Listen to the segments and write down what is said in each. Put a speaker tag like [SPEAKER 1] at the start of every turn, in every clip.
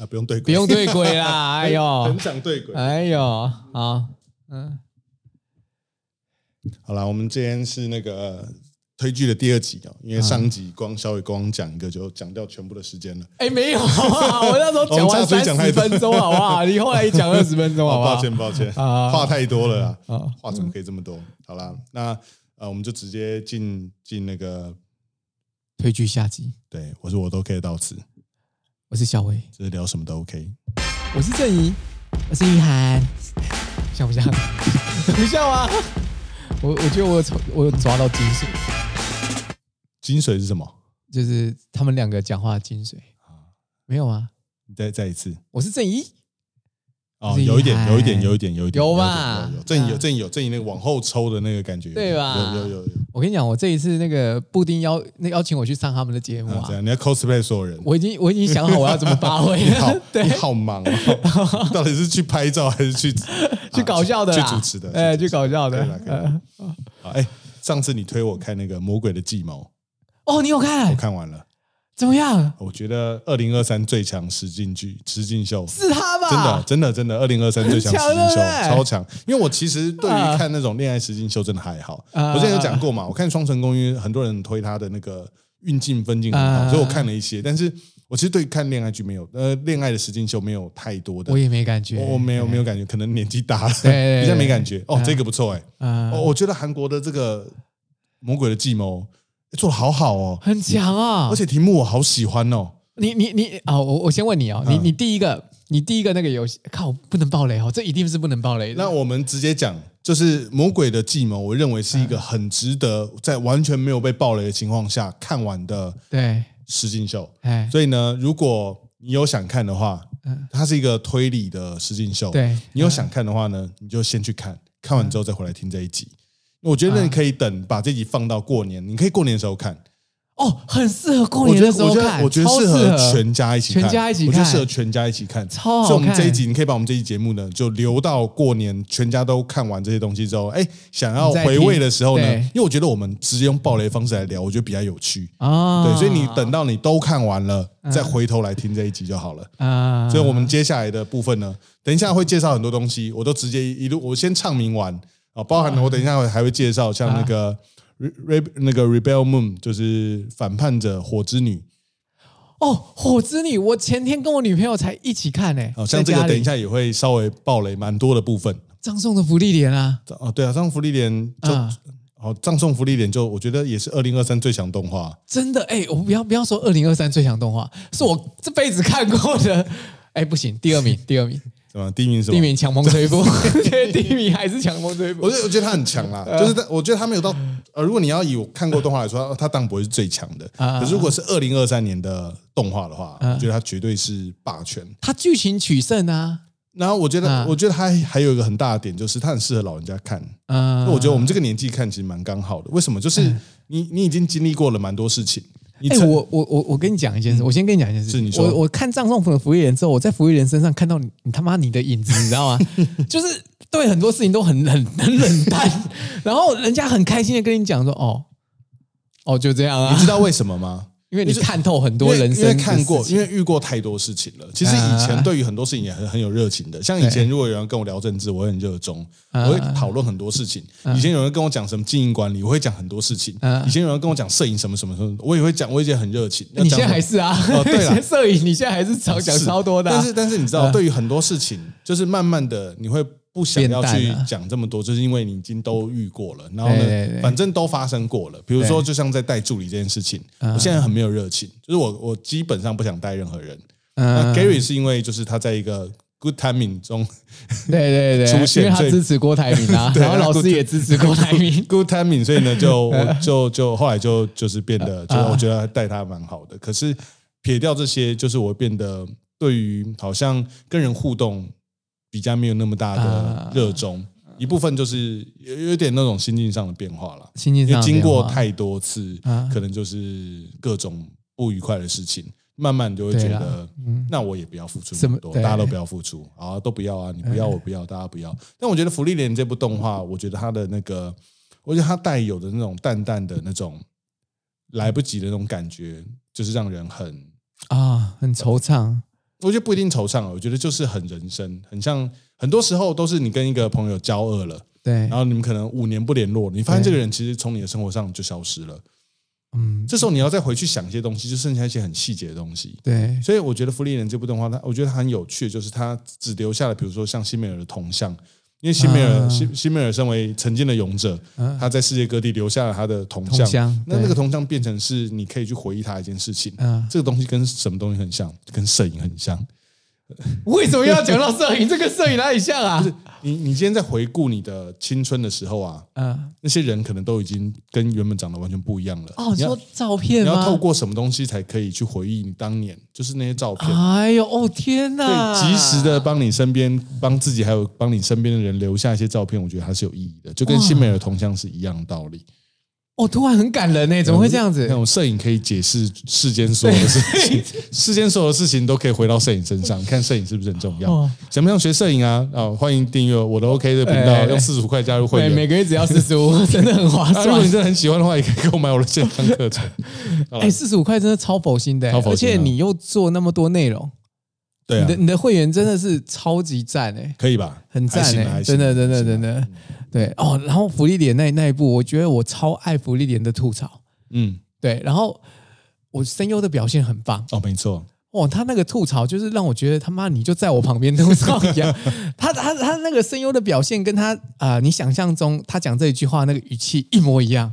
[SPEAKER 1] 啊，不用对
[SPEAKER 2] 不
[SPEAKER 1] 鬼，
[SPEAKER 2] 用对鬼 啦，哎呦
[SPEAKER 1] 很，想对鬼。
[SPEAKER 2] 哎呦，好，嗯，
[SPEAKER 1] 好啦，我们今天是那个呃推剧的第二集哦，因为上集光稍微光讲一个就讲掉全部的时间了，
[SPEAKER 2] 哎，没有，好不 好我那时候讲
[SPEAKER 1] 我
[SPEAKER 2] 完
[SPEAKER 1] 们差
[SPEAKER 2] 三
[SPEAKER 1] 点讲太
[SPEAKER 2] 十
[SPEAKER 1] 多
[SPEAKER 2] 分钟，好不好？你后来也讲二十分钟，好
[SPEAKER 1] 哦
[SPEAKER 2] 不好？
[SPEAKER 1] 抱歉抱歉，
[SPEAKER 2] 啊
[SPEAKER 1] 话太多了啦，
[SPEAKER 2] 啊，
[SPEAKER 1] 话怎么可以这么多？好啦，那呃，我们就直接进进那个，
[SPEAKER 2] 推剧下集，
[SPEAKER 1] 对我是我都 OK 的到此，
[SPEAKER 2] 我是小薇，
[SPEAKER 1] 这是聊什么都 OK。
[SPEAKER 2] 我是郑怡，我是玉涵，像不 像？不像吗？我我觉得我有抓我有抓到精髓，
[SPEAKER 1] 精髓是什么？
[SPEAKER 2] 就是他们两个讲话的精髓。没有吗？
[SPEAKER 1] 你再再一次
[SPEAKER 2] 我是郑怡，
[SPEAKER 1] 哦，
[SPEAKER 2] 厉害
[SPEAKER 1] 有一点，有一点，有一点，有一点，
[SPEAKER 2] 有
[SPEAKER 1] 一点
[SPEAKER 2] 吧
[SPEAKER 1] 有有正有
[SPEAKER 2] 啊
[SPEAKER 1] 正有正有那个往后抽的那个感觉，有
[SPEAKER 2] 对吧
[SPEAKER 1] 有有有有
[SPEAKER 2] 我跟你讲，我这一次那个布丁邀那邀请我去上他们的节目
[SPEAKER 1] 有，啊
[SPEAKER 2] 啊
[SPEAKER 1] 这，样你要 cosplay 所有人，
[SPEAKER 2] 我已经我已经想好我要怎么发挥
[SPEAKER 1] 你好
[SPEAKER 2] 了，， 对
[SPEAKER 1] 你，好忙 哦，到底是去拍照还是去
[SPEAKER 2] 去搞笑的
[SPEAKER 1] 啊去
[SPEAKER 2] 啦，
[SPEAKER 1] 主持的？
[SPEAKER 2] 哎，去
[SPEAKER 1] 主持
[SPEAKER 2] 搞笑的
[SPEAKER 1] 可以啦可以。啦
[SPEAKER 2] 呃
[SPEAKER 1] 好哎，上次你推我看那个《魔鬼的计谋
[SPEAKER 2] 哦，你有》，看
[SPEAKER 1] 我？看完了，
[SPEAKER 2] 怎么样？
[SPEAKER 1] 我觉得二零二三最强实境剧实境秀
[SPEAKER 2] 是他吧？
[SPEAKER 1] 真的，真的，真的，二零二三最强实境
[SPEAKER 2] 很强
[SPEAKER 1] 秀
[SPEAKER 2] 对不对
[SPEAKER 1] 超强，因为我其实对
[SPEAKER 2] 啊
[SPEAKER 1] 于看那种恋爱实境秀真的还好。
[SPEAKER 2] 啊
[SPEAKER 1] 我之前有讲过嘛，我看《双城公寓》，很多人推他的那个运镜分镜很
[SPEAKER 2] 啊
[SPEAKER 1] 好，所以我看了一些，但是我其实对看恋爱剧没有，呃，恋爱的实境秀没有太多的
[SPEAKER 2] 我，也没感觉，
[SPEAKER 1] 我没有没有感觉，可能年纪大了
[SPEAKER 2] 对对对
[SPEAKER 1] 比较没感觉。哦
[SPEAKER 2] 啊，
[SPEAKER 1] 这个不错哎，
[SPEAKER 2] 啊
[SPEAKER 1] 哦，我觉得韩国的这个《魔鬼的计谋》做的好好哦，
[SPEAKER 2] 很强啊！
[SPEAKER 1] 而且题目我好喜欢哦。
[SPEAKER 2] 你你你啊，我我先问你哦，你
[SPEAKER 1] 嗯
[SPEAKER 2] 你第一个你第一个那个游戏，靠，不能爆雷哦，这一定是不能爆雷的。
[SPEAKER 1] 那我们直接讲，就是《魔鬼的计谋》，我认为是一
[SPEAKER 2] 嗯
[SPEAKER 1] 个很值得在完全没有被暴雷的情况下看完的
[SPEAKER 2] 对，
[SPEAKER 1] 实境秀。
[SPEAKER 2] 哎，
[SPEAKER 1] 所以呢，如果你有想看的话
[SPEAKER 2] 嗯，
[SPEAKER 1] 它是一个推理的实境秀。，
[SPEAKER 2] 对，嗯
[SPEAKER 1] 你有想看的话呢，你就先去看，看完之后再回来听这一集。我觉
[SPEAKER 2] 嗯
[SPEAKER 1] 得你可以等把这集放到过年，你可以过年的时候看。
[SPEAKER 2] 哦，很适合过年的时候
[SPEAKER 1] 我觉得
[SPEAKER 2] 看，
[SPEAKER 1] 我觉得
[SPEAKER 2] 超
[SPEAKER 1] 适
[SPEAKER 2] 适
[SPEAKER 1] 合全家一起看，
[SPEAKER 2] 全家一起
[SPEAKER 1] 我觉
[SPEAKER 2] 看
[SPEAKER 1] 得适合全家一起看，
[SPEAKER 2] 超好看
[SPEAKER 1] 所以我们这一集，你可以把我们这一集节目呢，就留到过年全家都看完这些东西之后，哎，想要回味的时候
[SPEAKER 2] 你
[SPEAKER 1] 呢
[SPEAKER 2] 再听对，
[SPEAKER 1] 因为我觉得我们直接用暴雷方式来聊，我觉得比较有趣。
[SPEAKER 2] 啊，嗯
[SPEAKER 1] 对，所以你等到你都看完了，再回头来听这一集就好了。
[SPEAKER 2] 啊，
[SPEAKER 1] 所以我们接下来的部分呢，等一下会介绍很多东西，我都直接一路我先唱名完啊，包
[SPEAKER 2] 嗯
[SPEAKER 1] 含了我等一下会还会介绍
[SPEAKER 2] 啊
[SPEAKER 1] 像那个 Re Re- 那个 Rebel Moon，就是反叛者火之女，
[SPEAKER 2] 哦，火之女，我前天跟我女朋友才一起看呢，
[SPEAKER 1] 好哦像这个
[SPEAKER 2] 在家里
[SPEAKER 1] 等一下也会稍微爆雷蛮多的部分。
[SPEAKER 2] 葬送的福利莲啊，
[SPEAKER 1] 哦，对啊，葬送福利莲就、
[SPEAKER 2] 啊
[SPEAKER 1] 哦，葬送福利莲就我觉得也是二零二三最强动画。
[SPEAKER 2] 真的哎，我不要不要说二零二三最强动画，是我这辈子看过的，哎，不行，第二名，第二名，
[SPEAKER 1] 什么第一名是什
[SPEAKER 2] 第一
[SPEAKER 1] 么？
[SPEAKER 2] 名强风吹拂， 对，第一名还是强风吹
[SPEAKER 1] 我
[SPEAKER 2] 拂，
[SPEAKER 1] 觉得我觉得他很强啦，
[SPEAKER 2] 嗯
[SPEAKER 1] 就是他我觉得他没有到呃，如果你要以我看过动画来说，他当然不会是最强的。
[SPEAKER 2] 啊
[SPEAKER 1] 可是如果是二零二三年的动画的话，
[SPEAKER 2] 嗯
[SPEAKER 1] 我觉得他绝对是霸权。
[SPEAKER 2] 它剧情取胜啊，
[SPEAKER 1] 然后我觉
[SPEAKER 2] 啊
[SPEAKER 1] 得，我觉得他还有一个很大的点，就是他很适合老人家看。
[SPEAKER 2] 嗯
[SPEAKER 1] 那我觉得我们这个年纪看其实蛮刚好的。为什么？就是你你已经经历过了蛮多事情，你
[SPEAKER 2] 哎、
[SPEAKER 1] 曾
[SPEAKER 2] 我我我我跟你讲一件事，我先跟你讲一件事情。
[SPEAKER 1] 是你说
[SPEAKER 2] 我我看葬送的福利人之后，我在福利人身上看到你你他妈你的影子，你知道吗？ 就是对很多事情都很很很冷淡，然后人家很开心的跟你讲说，哦哦就这样
[SPEAKER 1] 你
[SPEAKER 2] 啊，
[SPEAKER 1] 知道为什么吗？
[SPEAKER 2] 因为你
[SPEAKER 1] 就是
[SPEAKER 2] 看透很
[SPEAKER 1] 因
[SPEAKER 2] 多
[SPEAKER 1] 为
[SPEAKER 2] 人
[SPEAKER 1] 因
[SPEAKER 2] 生的
[SPEAKER 1] 为看过
[SPEAKER 2] 事，情
[SPEAKER 1] 因为遇过太多事情了。其实以前对于很多事情也很很有热
[SPEAKER 2] 啊
[SPEAKER 1] 情的，像以前如果有人跟我聊政治，我会很热衷，我会讨论很多事情。
[SPEAKER 2] 啊
[SPEAKER 1] 以前有人跟我讲什么经营管理，我会讲很多事情。以前有人跟我讲摄影什么什么什么，我也会讲，我也很热情。要
[SPEAKER 2] 你
[SPEAKER 1] 讲
[SPEAKER 2] 现在
[SPEAKER 1] 什么
[SPEAKER 2] 还是啊，
[SPEAKER 1] 哦对啦
[SPEAKER 2] 摄影你现在还是超讲
[SPEAKER 1] 是
[SPEAKER 2] 超多的啊、
[SPEAKER 1] 但是但是你知道，对于很多事情，就是慢慢的你会不想要
[SPEAKER 2] 变
[SPEAKER 1] 去
[SPEAKER 2] 淡了
[SPEAKER 1] 讲这么多，就是因为你已经都遇过了，然后呢，
[SPEAKER 2] 对对对
[SPEAKER 1] 反正都发生过了。比如说，
[SPEAKER 2] 对啊
[SPEAKER 1] 就像在带助理这件事情，我现在很没有热情，就是我我基本上不想带任何人。那
[SPEAKER 2] 嗯，
[SPEAKER 1] Gary 是因为就是他在一个 good timing 中
[SPEAKER 2] 对对对，
[SPEAKER 1] 出现
[SPEAKER 2] 因为他
[SPEAKER 1] 最
[SPEAKER 2] 支持郭台铭啊，
[SPEAKER 1] 对，
[SPEAKER 2] 然后老师也支持郭台铭
[SPEAKER 1] good timing，所以呢， 就我就就后来就就是变得，就
[SPEAKER 2] 啊
[SPEAKER 1] 是我觉得带他蛮好的。可是撇掉这些，就是我变得对于好像跟人互动比较没有那么大的
[SPEAKER 2] 啊
[SPEAKER 1] 热衷，一部分就是有有点那种心境上的变化了。
[SPEAKER 2] 心境
[SPEAKER 1] 因
[SPEAKER 2] 上
[SPEAKER 1] 为
[SPEAKER 2] 的
[SPEAKER 1] 经过
[SPEAKER 2] 变化
[SPEAKER 1] 太多次
[SPEAKER 2] 啊，
[SPEAKER 1] 可能就是各种不愉快的事情，慢慢你就会觉
[SPEAKER 2] 对啦
[SPEAKER 1] 得，那我也不要付出
[SPEAKER 2] 什
[SPEAKER 1] 那
[SPEAKER 2] 么
[SPEAKER 1] 么多，
[SPEAKER 2] 对哎
[SPEAKER 1] 大家都不要付出啊，都不要啊，你不要，我不要，大家不要。但我觉得《福利莲》这部动画，
[SPEAKER 2] 嗯
[SPEAKER 1] 我觉得它的那个，我觉得它带有的那种淡淡的那种来不及的那种感觉，就是让人很
[SPEAKER 2] 啊，很惆怅。
[SPEAKER 1] 我觉得不一定惆怅，我觉得就是很人生，很像很多时候都是你跟一个朋友交恶了，
[SPEAKER 2] 对
[SPEAKER 1] 然，后你们可能五年不联络，你发现这个人其实从你的生活上就消失了。
[SPEAKER 2] 嗯，
[SPEAKER 1] 这时候你要再回去想一些东西，就剩下一些很细节的东西。
[SPEAKER 2] 对，
[SPEAKER 1] 所以我觉得《福利人》这部动画，它我觉得它很有趣，就是它只留下了比如说像辛美尔的铜像，因为辛美尔
[SPEAKER 2] 啊
[SPEAKER 1] 辛辛美尔身为曾经的勇者，
[SPEAKER 2] 嗯，
[SPEAKER 1] 他在世界各地留下了他的铜
[SPEAKER 2] 同
[SPEAKER 1] 像。
[SPEAKER 2] 乡，
[SPEAKER 1] 那那
[SPEAKER 2] 对
[SPEAKER 1] 个，铜像变成是你可以去回忆他一件事情，
[SPEAKER 2] 嗯，
[SPEAKER 1] 这个东西跟什么东西很像？跟摄影很像。
[SPEAKER 2] 为什么要讲到摄影？这个摄影哪里像啊？
[SPEAKER 1] 你你今天在回顾你的青春的时候啊，
[SPEAKER 2] 嗯，
[SPEAKER 1] 那些人可能都已经跟原本长得完全不一样了。
[SPEAKER 2] 哦，你
[SPEAKER 1] 你要
[SPEAKER 2] 说照片
[SPEAKER 1] 你
[SPEAKER 2] 吗？
[SPEAKER 1] 要透过什么东西才可以去回忆你当年，就是那些照片。
[SPEAKER 2] 哎呦，哦天哪！
[SPEAKER 1] 对，及时的帮你身边、帮自己，还有帮你身边的人留下一些照片，我觉得它是有意义的，就跟
[SPEAKER 2] 哇
[SPEAKER 1] 辛美尔铜像是一样的道理。
[SPEAKER 2] 哦，突然很感人呢，怎么会这样子
[SPEAKER 1] 那？种摄影可以解释世间所有的事 情，世间所有的事情都可以回到摄影身上。你看摄影是不是很重要？
[SPEAKER 2] 哦
[SPEAKER 1] 想不想学摄影啊？啊、欢迎订阅我的 OK 的频道，
[SPEAKER 2] 哎
[SPEAKER 1] 用四十块加入会
[SPEAKER 2] 对，
[SPEAKER 1] 员。
[SPEAKER 2] 每个月只要四 十五，真的很划
[SPEAKER 1] 啊，如果
[SPEAKER 2] 算
[SPEAKER 1] 你。真的很喜欢的话，也可以购买我的健康课 程。好啦
[SPEAKER 2] 哎，四十五块真的超佛心的，欸
[SPEAKER 1] 超佛
[SPEAKER 2] 而
[SPEAKER 1] 心啊
[SPEAKER 2] 且你又做那么多内容，
[SPEAKER 1] 对
[SPEAKER 2] 你
[SPEAKER 1] 啊
[SPEAKER 2] 的，你的会员真的是超级赞哎。
[SPEAKER 1] 可以吧？
[SPEAKER 2] 很赞
[SPEAKER 1] 还行啊
[SPEAKER 2] 哎、
[SPEAKER 1] 还行
[SPEAKER 2] 真
[SPEAKER 1] 啊
[SPEAKER 2] 的真的
[SPEAKER 1] 还行啊
[SPEAKER 2] 真的，对哦。然后福利点那那一部，我觉得我超爱福利点的吐槽，
[SPEAKER 1] 嗯，
[SPEAKER 2] 对。然后我声优的表现很棒，
[SPEAKER 1] 哦，没错，
[SPEAKER 2] 哦，他那个吐槽就是让我觉得他妈你就在我旁边吐槽一 样。他他他那个声优的表现跟他啊、呃你想象中他讲这一句话那个语气一模一样，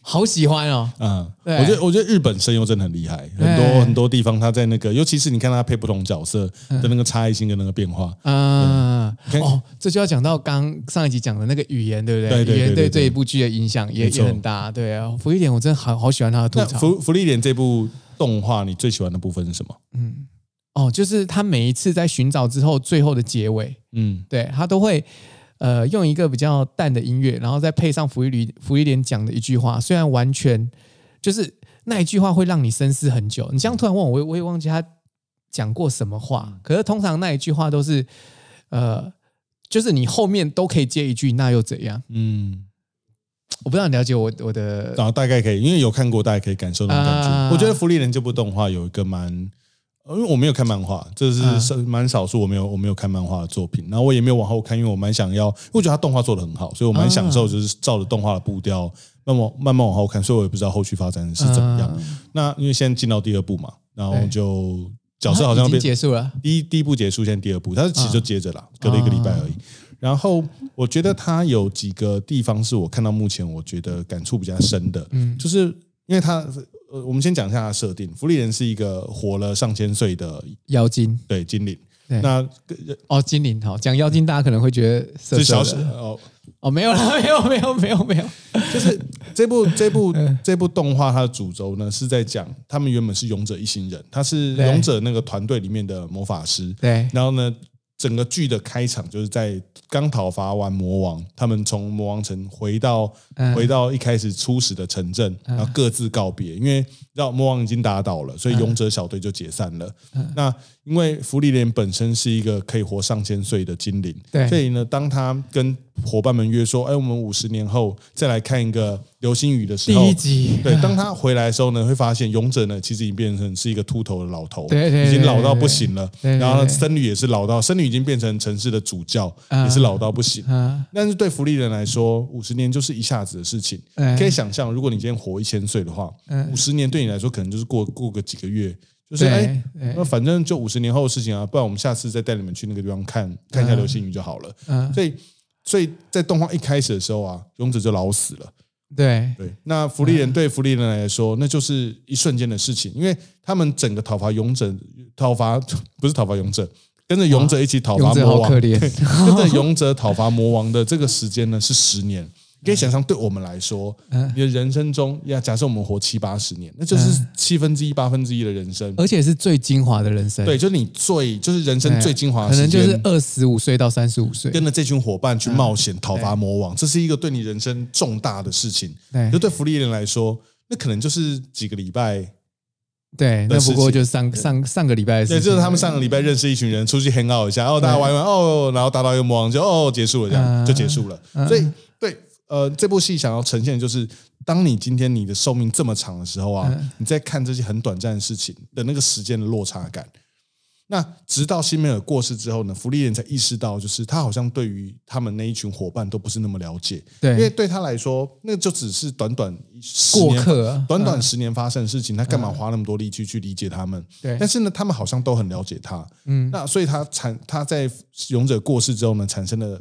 [SPEAKER 2] 好喜欢哦。
[SPEAKER 1] 嗯，
[SPEAKER 2] 对
[SPEAKER 1] 我觉得我觉得日本声优真的很厉害，很
[SPEAKER 2] 哎
[SPEAKER 1] 多很多地方他在那个，尤其是你看他配不同角色的那个差异性跟那个变化，
[SPEAKER 2] 嗯，
[SPEAKER 1] 对
[SPEAKER 2] 哦，这就要讲到刚上一集讲的那个语言，对不
[SPEAKER 1] 对
[SPEAKER 2] 对？
[SPEAKER 1] 对
[SPEAKER 2] 语言
[SPEAKER 1] 对
[SPEAKER 2] 对
[SPEAKER 1] 对
[SPEAKER 2] 这一部剧的影响也
[SPEAKER 1] 没
[SPEAKER 2] 也
[SPEAKER 1] 错
[SPEAKER 2] 很大。对啊，福一点我真的好好喜欢他的吐
[SPEAKER 1] 那
[SPEAKER 2] 槽。
[SPEAKER 1] 福福利点这部动画，你最喜欢的部分是什么？
[SPEAKER 2] 哦，就是他每一次在寻找之后，最后的结尾，
[SPEAKER 1] 嗯，
[SPEAKER 2] 对他都会呃用一个比较淡的音乐，然后再配上福一里福一莲讲的一句话，虽然完全就是那一句话会让你深思很久。你这样突然问我，我也我也忘记他讲过什么话，可是通常那一句话都是呃，就是你后面都可以接一句，那又怎样？
[SPEAKER 1] 嗯，
[SPEAKER 2] 我不知道你了解我我的
[SPEAKER 1] 然后大概可以，因为有看过，大家可以感受那种感觉。
[SPEAKER 2] 啊
[SPEAKER 1] 我觉得《福利人》这部动画有一个蛮，呃因为我没有看漫画，这
[SPEAKER 2] 啊
[SPEAKER 1] 是是蛮少数我没有我没有看漫画的作品，然后我也没有往后看，因为我蛮想要，因为我觉得他动画做的很好，所以我蛮享受就是照着动画的步调慢慢慢慢往后看，所以我也不知道后续发展是怎么样。
[SPEAKER 2] 嗯
[SPEAKER 1] 那因为现在进到第二部嘛，然后
[SPEAKER 2] 对
[SPEAKER 1] 就角色好像
[SPEAKER 2] 已经
[SPEAKER 1] 变
[SPEAKER 2] 结束了。
[SPEAKER 1] 第一第一部结束，现在第二部，但是其实就接着啦，隔了一个礼拜而已。
[SPEAKER 2] 啊
[SPEAKER 1] 然后我觉得它有几个地方是我看到目前我觉得感触比较深的，
[SPEAKER 2] 嗯
[SPEAKER 1] 就是因为它呃，我们先讲一下它的设定，福利人是一个活了上千岁的
[SPEAKER 2] 妖精
[SPEAKER 1] 对精灵，
[SPEAKER 2] 对
[SPEAKER 1] 那
[SPEAKER 2] 哦，精灵好讲妖精，大家可能会觉得色
[SPEAKER 1] 这小
[SPEAKER 2] 色的
[SPEAKER 1] 哦，
[SPEAKER 2] 哦，没有啦，没 有没有没有没有，
[SPEAKER 1] 就是这部这 部
[SPEAKER 2] 嗯
[SPEAKER 1] 这部动画它的主轴呢是在讲他们原本是勇者一行人，他是
[SPEAKER 2] 对
[SPEAKER 1] 勇者那个团队里面的魔法师，
[SPEAKER 2] 对，
[SPEAKER 1] 然后呢，整个剧的开场就是在刚讨伐完魔王，他们从魔王城回到、
[SPEAKER 2] 嗯
[SPEAKER 1] 回到一开始初始的城镇，然后各自告别，因为让魔王已经打倒了，所以勇者小队就解散了。
[SPEAKER 2] 嗯
[SPEAKER 1] 那因为弗利莲本身是一个可以活上千岁的精灵，
[SPEAKER 2] 对
[SPEAKER 1] 所以呢，当他跟伙伴们约说：“哎，我们五十年后再来看一个流星雨的时候。”
[SPEAKER 2] 第一集
[SPEAKER 1] 对，当他回来的时候呢，会发现勇者呢，其实已经变成是一个秃头的老头，
[SPEAKER 2] 对对对
[SPEAKER 1] 已经老到不行了。
[SPEAKER 2] 对对对
[SPEAKER 1] 然后呢，僧侣也是老到，僧侣已经变成城市的主教，
[SPEAKER 2] 啊
[SPEAKER 1] 也是老到不行。
[SPEAKER 2] 啊，
[SPEAKER 1] 但是对福利人来说，五十年就是一下子的事情。
[SPEAKER 2] 哎嗯
[SPEAKER 1] 可以想象，如果你今天活一千岁的话，五十年对你来说可能就是过过个几个月，就是
[SPEAKER 2] 对
[SPEAKER 1] 哎
[SPEAKER 2] 对，
[SPEAKER 1] 那反正就五十年后的事情啊，不然我们下次再带你们去那个地方看看一下流星雨就好了。
[SPEAKER 2] 嗯，
[SPEAKER 1] 所以，所以在动画一开始的时候啊，勇者就老死了。
[SPEAKER 2] 对，
[SPEAKER 1] 对，那福利人对福利人来说，那就是一瞬间的事情，因为他们整个讨伐勇者，呃讨伐不是讨伐勇者，跟着勇者一起讨伐
[SPEAKER 2] 勇者
[SPEAKER 1] 魔
[SPEAKER 2] 好
[SPEAKER 1] 王，
[SPEAKER 2] 可怜，
[SPEAKER 1] 跟着勇者讨伐魔王的这个时间呢是十年。你可以想象，对我们来说，你的人生中呀，假设我们活七八十年，那就是七分之一、八分之一的人生。
[SPEAKER 2] 而且是最精华的人生，
[SPEAKER 1] 对，就是你最就是人生
[SPEAKER 2] 哎，
[SPEAKER 1] 最精华的
[SPEAKER 2] 可
[SPEAKER 1] 时
[SPEAKER 2] 能
[SPEAKER 1] 间，
[SPEAKER 2] 就是二嗯十五岁到三十五岁，
[SPEAKER 1] 跟着这群伙伴去冒险讨伐魔王，这是一个对你人生重大的事情。
[SPEAKER 2] 对
[SPEAKER 1] 就对福利人来说，那可能就是几个礼拜，
[SPEAKER 2] 对，那
[SPEAKER 1] 的事情
[SPEAKER 2] 不过就上上上个礼拜的事
[SPEAKER 1] 对，
[SPEAKER 2] 情，
[SPEAKER 1] 就是他们上个礼拜认识一群人，出去 hang out 一下，哦，大家玩一玩，哦，然后打倒一个魔王就哦结束了，这
[SPEAKER 2] 嗯
[SPEAKER 1] 样就结束了
[SPEAKER 2] 嗯。
[SPEAKER 1] 所以对，呃，这部戏想要呈现的就是，当你今天你的寿
[SPEAKER 2] 嗯
[SPEAKER 1] 命这么长的时候啊，你在看这些很短暂的事情的那个时间的落差感。那直到辛梅尔过世之后呢，福利人才意识到，就是他好像对于他们那一群伙伴都不是那么了解，
[SPEAKER 2] 对
[SPEAKER 1] 因为对他来说，那就只是短短10
[SPEAKER 2] 过
[SPEAKER 1] 年
[SPEAKER 2] 客啊
[SPEAKER 1] 短短十年发生的事情，他干嘛花那么多力气去理解他们？
[SPEAKER 2] 对
[SPEAKER 1] 但是呢，他们好像都很了解他，嗯，那所以他产他在勇者过世之后呢，产生了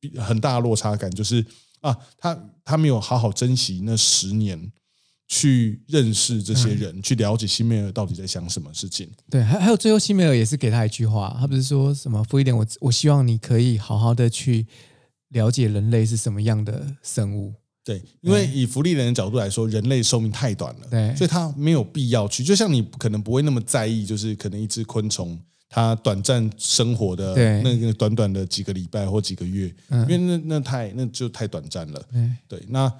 [SPEAKER 1] 比很大的落差感，就是啊，他他没有好好珍惜那十年。去认识这些人，去了解辛梅尔到底在想什么事情。
[SPEAKER 2] 对，还还有最后西梅尔也是给他一句话，他不是说什么福一点，我我希望你可以好好的去了解人类是什么样的生物。
[SPEAKER 1] 对，因为以福利人的角度来说，人类寿命太短了，
[SPEAKER 2] 对
[SPEAKER 1] 所以他没有必要去。就像你可能不会那么在意，就是可能一只昆虫它短暂生活的
[SPEAKER 2] 对嗯
[SPEAKER 1] 那个短短的几个礼拜或几个月，因为那那太那就太短暂了。
[SPEAKER 2] 对
[SPEAKER 1] 对，那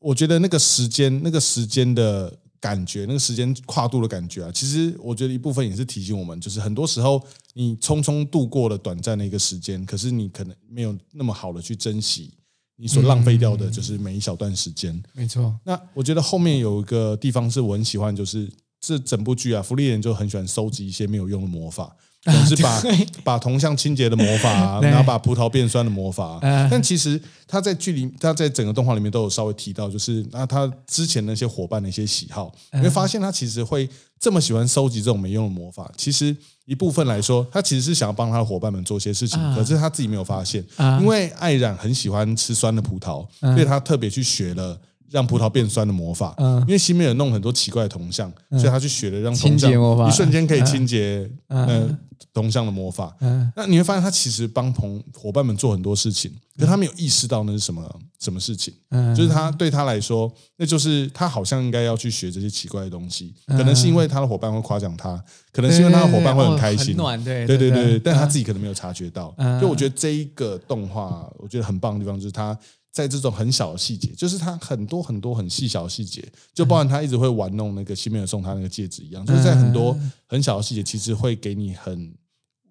[SPEAKER 1] 我觉得那个时间，那个时间的感觉，那个时间跨度的感觉啊，其实我觉得一部分也是提醒我们，就是很多时候你匆匆度过了短暂的一个时间，可是你可能没有那么好的去珍惜你所浪费掉
[SPEAKER 2] 嗯
[SPEAKER 1] 的，就是每一小段时间。
[SPEAKER 2] 没错，
[SPEAKER 1] 那我觉得后面有一个地方是我很喜欢，就是这整部剧啊，福利人就很喜欢收集一些没有用的魔法，总是把 把铜像清洁的魔法、啊，
[SPEAKER 2] 啊对
[SPEAKER 1] 然后把葡萄变酸的魔法、啊。
[SPEAKER 2] 嗯
[SPEAKER 1] 但其实他在剧里，他在整个动画里面都有稍微提到，就是那他之前那些伙伴的一些喜好，
[SPEAKER 2] 嗯
[SPEAKER 1] 你会发现他其实会这么喜欢收集这种没用的魔法，其实。一部分来说，他其实是想要帮他的伙伴们做些事情，
[SPEAKER 2] 啊
[SPEAKER 1] 可是他自己没有发现，
[SPEAKER 2] 啊
[SPEAKER 1] 因为艾染很喜欢吃酸的葡萄，所以他特别去学了让葡萄变酸的魔法。
[SPEAKER 2] 嗯
[SPEAKER 1] 因为西美尔弄很多奇怪的铜像，所以他去学了让
[SPEAKER 2] 清
[SPEAKER 1] 铜像
[SPEAKER 2] 洁魔法
[SPEAKER 1] 一瞬间可以清洁
[SPEAKER 2] 嗯
[SPEAKER 1] 呃铜像的魔法。
[SPEAKER 2] 嗯
[SPEAKER 1] 那你会发现他其实帮同伙伴们做很多事情，可他没有意识到那是什么什么事情。
[SPEAKER 2] 嗯，
[SPEAKER 1] 就是他对他来说，那就是他好像应该要去学这些奇怪的东西，可能是因为他的伙伴会夸奖他，可能是因为他的伙伴会很开
[SPEAKER 2] 嗯对对对
[SPEAKER 1] 心
[SPEAKER 2] 哦很，暖，对
[SPEAKER 1] 对对
[SPEAKER 2] 真的
[SPEAKER 1] 对对，但他自己可能没有察觉到。
[SPEAKER 2] 嗯
[SPEAKER 1] 就我觉得这一个动画，我觉得很棒的地方就是他在这种很小的细节，就是他很多很多很细小的细节，就包含他一直会玩弄那个西梅尔送他那个戒指一样，就是在很多
[SPEAKER 2] 嗯
[SPEAKER 1] 很小的细节，其实会给你很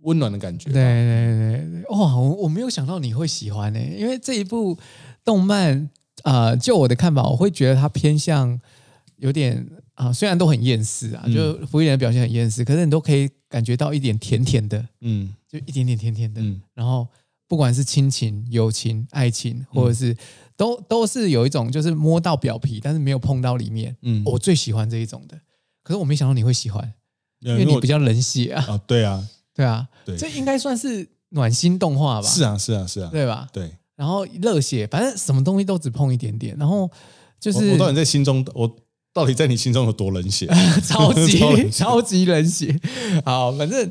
[SPEAKER 1] 温暖的感觉。
[SPEAKER 2] 对对对对，哇，我我没有想到你会喜欢呢、因为这一部动漫，啊，就我的看法，我会觉得它偏向有点啊、虽然都很厌世
[SPEAKER 1] 嗯
[SPEAKER 2] 啊，就福利人的表现很厌世，可是你都可以感觉到一点甜甜的，
[SPEAKER 1] 嗯
[SPEAKER 2] 就一点点甜甜的，
[SPEAKER 1] 嗯
[SPEAKER 2] 然后不管是亲情、友情、爱情，
[SPEAKER 1] 嗯
[SPEAKER 2] 或者是、都都是有一种就是摸到表皮，但是没有碰到里面，
[SPEAKER 1] 嗯，
[SPEAKER 2] 我最喜欢这一种的。可是我没想到你会喜欢，
[SPEAKER 1] 因
[SPEAKER 2] 因为你比
[SPEAKER 1] 较
[SPEAKER 2] 较冷血啊，
[SPEAKER 1] 啊，对啊，
[SPEAKER 2] 对啊，
[SPEAKER 1] 对
[SPEAKER 2] 这应该算是暖心动画吧？
[SPEAKER 1] 是啊，是啊，是啊，
[SPEAKER 2] 对吧？
[SPEAKER 1] 对。
[SPEAKER 2] 然后热血，反正什么东西都只碰一点点，然后就
[SPEAKER 1] 我
[SPEAKER 2] 是
[SPEAKER 1] 我到底在心中，我到底在你心中有多冷 血？
[SPEAKER 2] 超
[SPEAKER 1] 超冷
[SPEAKER 2] 级
[SPEAKER 1] 血
[SPEAKER 2] 超级冷血。好，反正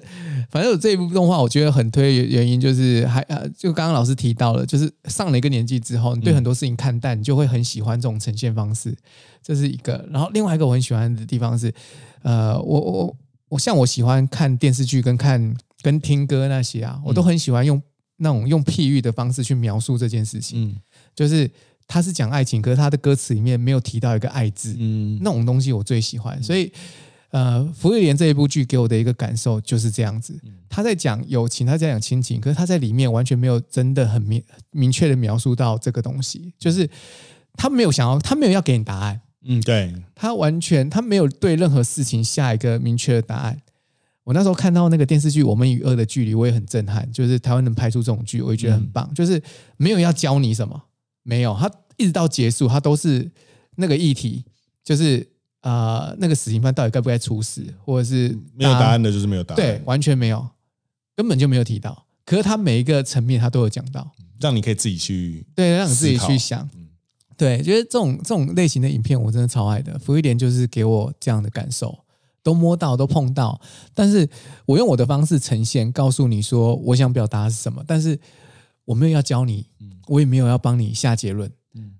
[SPEAKER 2] 反正我这一部动画，我觉得很推的原因就是还呃，就刚刚老师提到了，就是上了一个年纪之后，你对很多事情看淡，你就会很喜欢这种呈现方式，这是一个。然后另外一个我很喜欢的地方是，呃，我我我像我喜欢看电视剧跟看跟听歌那些
[SPEAKER 1] 嗯
[SPEAKER 2] 啊，我都很喜欢用那种用譬喻的方式去描述这件事情，
[SPEAKER 1] 嗯
[SPEAKER 2] 就是。他是讲爱情，可是他的歌词里面没有提到一个“爱”字，
[SPEAKER 1] 嗯
[SPEAKER 2] 那种东西我最喜欢，所以。呃，《福瑞莲》这一部剧给我的一个感受就是这样子，他在讲友情，他在讲亲情，可是他在里面完全没有真的很明明确的描述到这个东西，就是他没有想要，他没有要给你答案，
[SPEAKER 1] 嗯，对，
[SPEAKER 2] 他完全他没有对任何事情下一个明确的答案。我那时候看到那个电视剧《我们与恶的距离》，我也很震撼，就是台湾能拍出这种剧，我也觉得很
[SPEAKER 1] 嗯
[SPEAKER 2] 棒。就是没有要教你什么，没有，他一直到结束，他都是那个议题，就是呃，那个死刑犯到底该不该处死，或者是
[SPEAKER 1] 没有
[SPEAKER 2] 大家
[SPEAKER 1] 答案的就是没有答案，
[SPEAKER 2] 对，，完全没有，根本就没有提到。可是他每一个层面他都有讲到，
[SPEAKER 1] 让你可以自己去
[SPEAKER 2] 对，让你自己
[SPEAKER 1] 思
[SPEAKER 2] 去
[SPEAKER 1] 考
[SPEAKER 2] 想
[SPEAKER 1] 嗯。
[SPEAKER 2] 对，觉得这种这种类型的影片我真的超爱的。福一点就是给我这样的感受，都摸到，都碰到，但是我用我的方式呈现，告诉你说我想表达的是什么，但是我没有要教你，
[SPEAKER 1] 嗯
[SPEAKER 2] 我也没有要帮你下结论。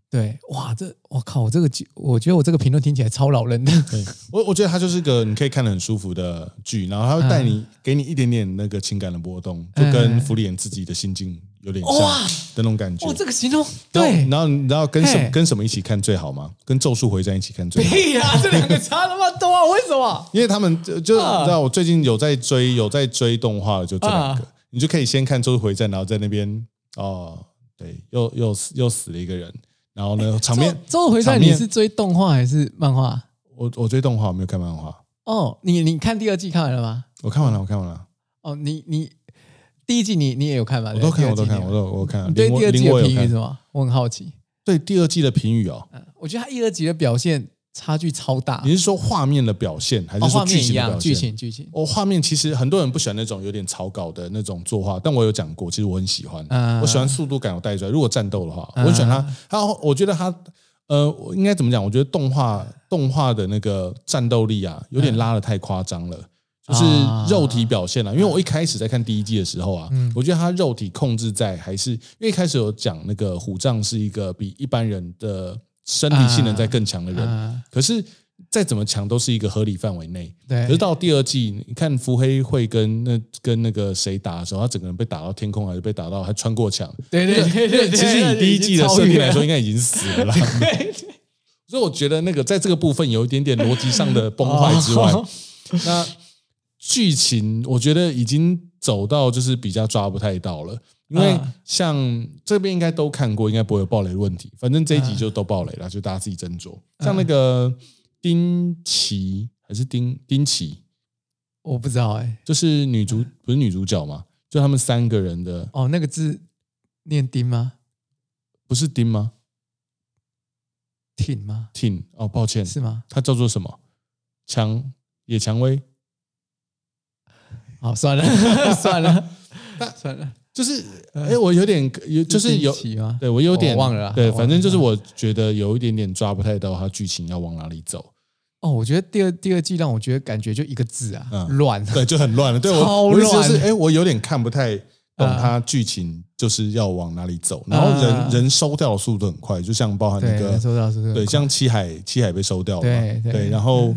[SPEAKER 2] 对，哇，这我靠，我这个我觉得我这个评论听起来超老人的，
[SPEAKER 1] 对我，我觉得它就是个你可以看得很舒服的剧，然后它会带
[SPEAKER 2] 嗯
[SPEAKER 1] 你、给你一点点那个情感的波动，就跟福利人自己的心境有点像
[SPEAKER 2] 哇
[SPEAKER 1] 的那种感觉。
[SPEAKER 2] 哇，这个形容
[SPEAKER 1] 然后
[SPEAKER 2] 对
[SPEAKER 1] 然。后你知道跟什么
[SPEAKER 2] 嘿
[SPEAKER 1] 跟什么一起看最好吗？跟《咒术回战》一起看最好。
[SPEAKER 2] 屁啦！这两个差那么多、啊，为什么？
[SPEAKER 1] 因为他们就就、
[SPEAKER 2] 啊
[SPEAKER 1] 你知道，我最近有在追有在追动画的，就这两个，
[SPEAKER 2] 啊
[SPEAKER 1] 你就可以先看《咒术回战》，然后在那边哦，对，又又死又死了一个人，然后
[SPEAKER 2] 哎
[SPEAKER 1] 呢，场面
[SPEAKER 2] 周周回
[SPEAKER 1] 场
[SPEAKER 2] 战，你
[SPEAKER 1] 面
[SPEAKER 2] 是追动画还是漫画？
[SPEAKER 1] 我我追动画，我没有看漫画，
[SPEAKER 2] 哦，你你看第二季看完了吗？
[SPEAKER 1] 我看完了，我看完了，
[SPEAKER 2] 哦，你你第一季你你也有看吧？
[SPEAKER 1] 我都看，
[SPEAKER 2] 对
[SPEAKER 1] 我
[SPEAKER 2] 不
[SPEAKER 1] 都
[SPEAKER 2] 对
[SPEAKER 1] 看，我都我看了。
[SPEAKER 2] 你对
[SPEAKER 1] 林
[SPEAKER 2] 第
[SPEAKER 1] 我
[SPEAKER 2] 二季
[SPEAKER 1] 林
[SPEAKER 2] 的
[SPEAKER 1] 我有
[SPEAKER 2] 评语
[SPEAKER 1] 看
[SPEAKER 2] 是，吗？我很好奇。
[SPEAKER 1] 对第二季的评语哦，
[SPEAKER 2] 嗯，我觉得他一、二集的表现差距超大
[SPEAKER 1] 你，是说画面的表现，还是
[SPEAKER 2] 哦，
[SPEAKER 1] 说
[SPEAKER 2] 画
[SPEAKER 1] 剧
[SPEAKER 2] 面一
[SPEAKER 1] 情的
[SPEAKER 2] 样，
[SPEAKER 1] 表
[SPEAKER 2] 剧
[SPEAKER 1] 现？
[SPEAKER 2] 情剧情，
[SPEAKER 1] 我哦画面其实很多人不喜欢那种有点草稿的那种作画，但我有讲过，其实我很喜欢，
[SPEAKER 2] 嗯
[SPEAKER 1] 我喜欢速度感有带出来。如果战斗的话，
[SPEAKER 2] 嗯
[SPEAKER 1] 我很喜欢它。它，我觉得它，呃，我应该怎么讲？我觉得动画动画的那个战斗力啊，有点拉的太夸张了。就是
[SPEAKER 2] 啊嗯
[SPEAKER 1] 肉体表现了、因为我一开始在看第一季的时候啊，我觉得他肉体控制在还是因为一开始有讲那个虎杖是一个比一般人的身体性能在更强的人，
[SPEAKER 2] 嗯，
[SPEAKER 1] 可是再怎么强都是一个合理范围内。可是
[SPEAKER 2] 对，
[SPEAKER 1] 到第二季，你看伏黑会跟那跟那个谁打的时候，他整个人被打到天空，还是被打到还穿过墙。
[SPEAKER 2] 对对对对对，
[SPEAKER 1] 其实以第一季的设定来 说，应该已经死了啦。
[SPEAKER 2] 对，
[SPEAKER 1] 所以我觉得那个在这个部分有一点点逻辑上的崩坏之外，
[SPEAKER 2] 哦
[SPEAKER 1] 那剧情我觉得已经走到就是比较抓不太到了。因为
[SPEAKER 2] 嗯
[SPEAKER 1] 像这边应该都看过，应该不会有暴雷的问题。反正这一集就都暴雷了，就大家自己斟酌。像那个丁奇还是丁丁奇，
[SPEAKER 2] 我不知道哎，
[SPEAKER 1] 就是女主不是女主角嘛？就他们三个人的，
[SPEAKER 2] 哦，那个字念丁吗？
[SPEAKER 1] 不是丁吗
[SPEAKER 2] 挺吗？
[SPEAKER 1] ？Tin 哦，抱歉，
[SPEAKER 2] 是吗？
[SPEAKER 1] 它叫做什么？蔷野蔷薇，
[SPEAKER 2] 好，算了 算了
[SPEAKER 1] 那
[SPEAKER 2] 算了，
[SPEAKER 1] 就是哎，我有点有，就是有
[SPEAKER 2] 呃是丁奇吗？
[SPEAKER 1] 对我有点
[SPEAKER 2] 我忘了啊
[SPEAKER 1] 对，
[SPEAKER 2] 我忘了
[SPEAKER 1] 反正就是我觉得有一点点抓不太到它剧情要往哪里走，
[SPEAKER 2] 哦，我觉得第二第二季让我觉得感觉就一个字啊，
[SPEAKER 1] 嗯
[SPEAKER 2] 乱。
[SPEAKER 1] 对，就很乱了。对
[SPEAKER 2] 超
[SPEAKER 1] 我，我意思就
[SPEAKER 2] 乱嗯
[SPEAKER 1] 是，哎，我有点看不太懂它剧情就是要往哪里走，然后
[SPEAKER 2] 啊
[SPEAKER 1] 人人收掉的速度很快，就像包含那
[SPEAKER 2] 对，
[SPEAKER 1] 个
[SPEAKER 2] 收到收到，
[SPEAKER 1] 对，像七海七海被收掉了嘛，
[SPEAKER 2] 对嗯对
[SPEAKER 1] 然后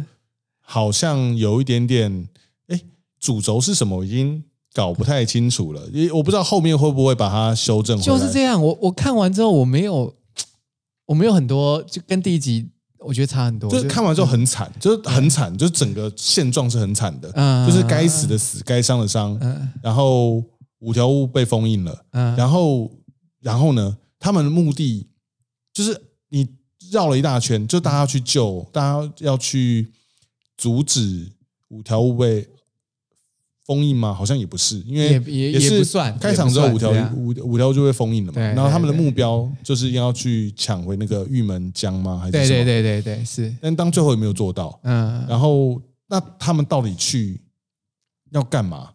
[SPEAKER 1] 好像有一点点，哎，主轴是什么我已经搞不太清楚了，因为我不知道后面会不会把它修正回来。
[SPEAKER 2] 就是这样。我我看完之后，我没有，我没有很多，就跟第一集我觉得差很多。
[SPEAKER 1] 就是看完之后很惨，就是很惨，就是整个现状是很惨的，
[SPEAKER 2] 嗯
[SPEAKER 1] 就是该死的死，该伤的伤，
[SPEAKER 2] 嗯
[SPEAKER 1] 然后五条悟被封印了，
[SPEAKER 2] 嗯，
[SPEAKER 1] 然后然后呢，他们的目的就是你绕了一大圈，就大家去救，大家要去阻止五条悟被封印吗？好像也不是，因为
[SPEAKER 2] 也也
[SPEAKER 1] 是
[SPEAKER 2] 也不算
[SPEAKER 1] 开场之后五
[SPEAKER 2] 也不
[SPEAKER 1] 条
[SPEAKER 2] 算对啊
[SPEAKER 1] 五五条就被封印了嘛，
[SPEAKER 2] 对对
[SPEAKER 1] 然后他们的
[SPEAKER 2] 对
[SPEAKER 1] 目标就是要去抢回那个玉门江吗？还是
[SPEAKER 2] 对
[SPEAKER 1] 什么
[SPEAKER 2] 对对对对是，
[SPEAKER 1] 但当最后也没有做到。
[SPEAKER 2] 嗯，
[SPEAKER 1] 然后那他们到底去要干嘛？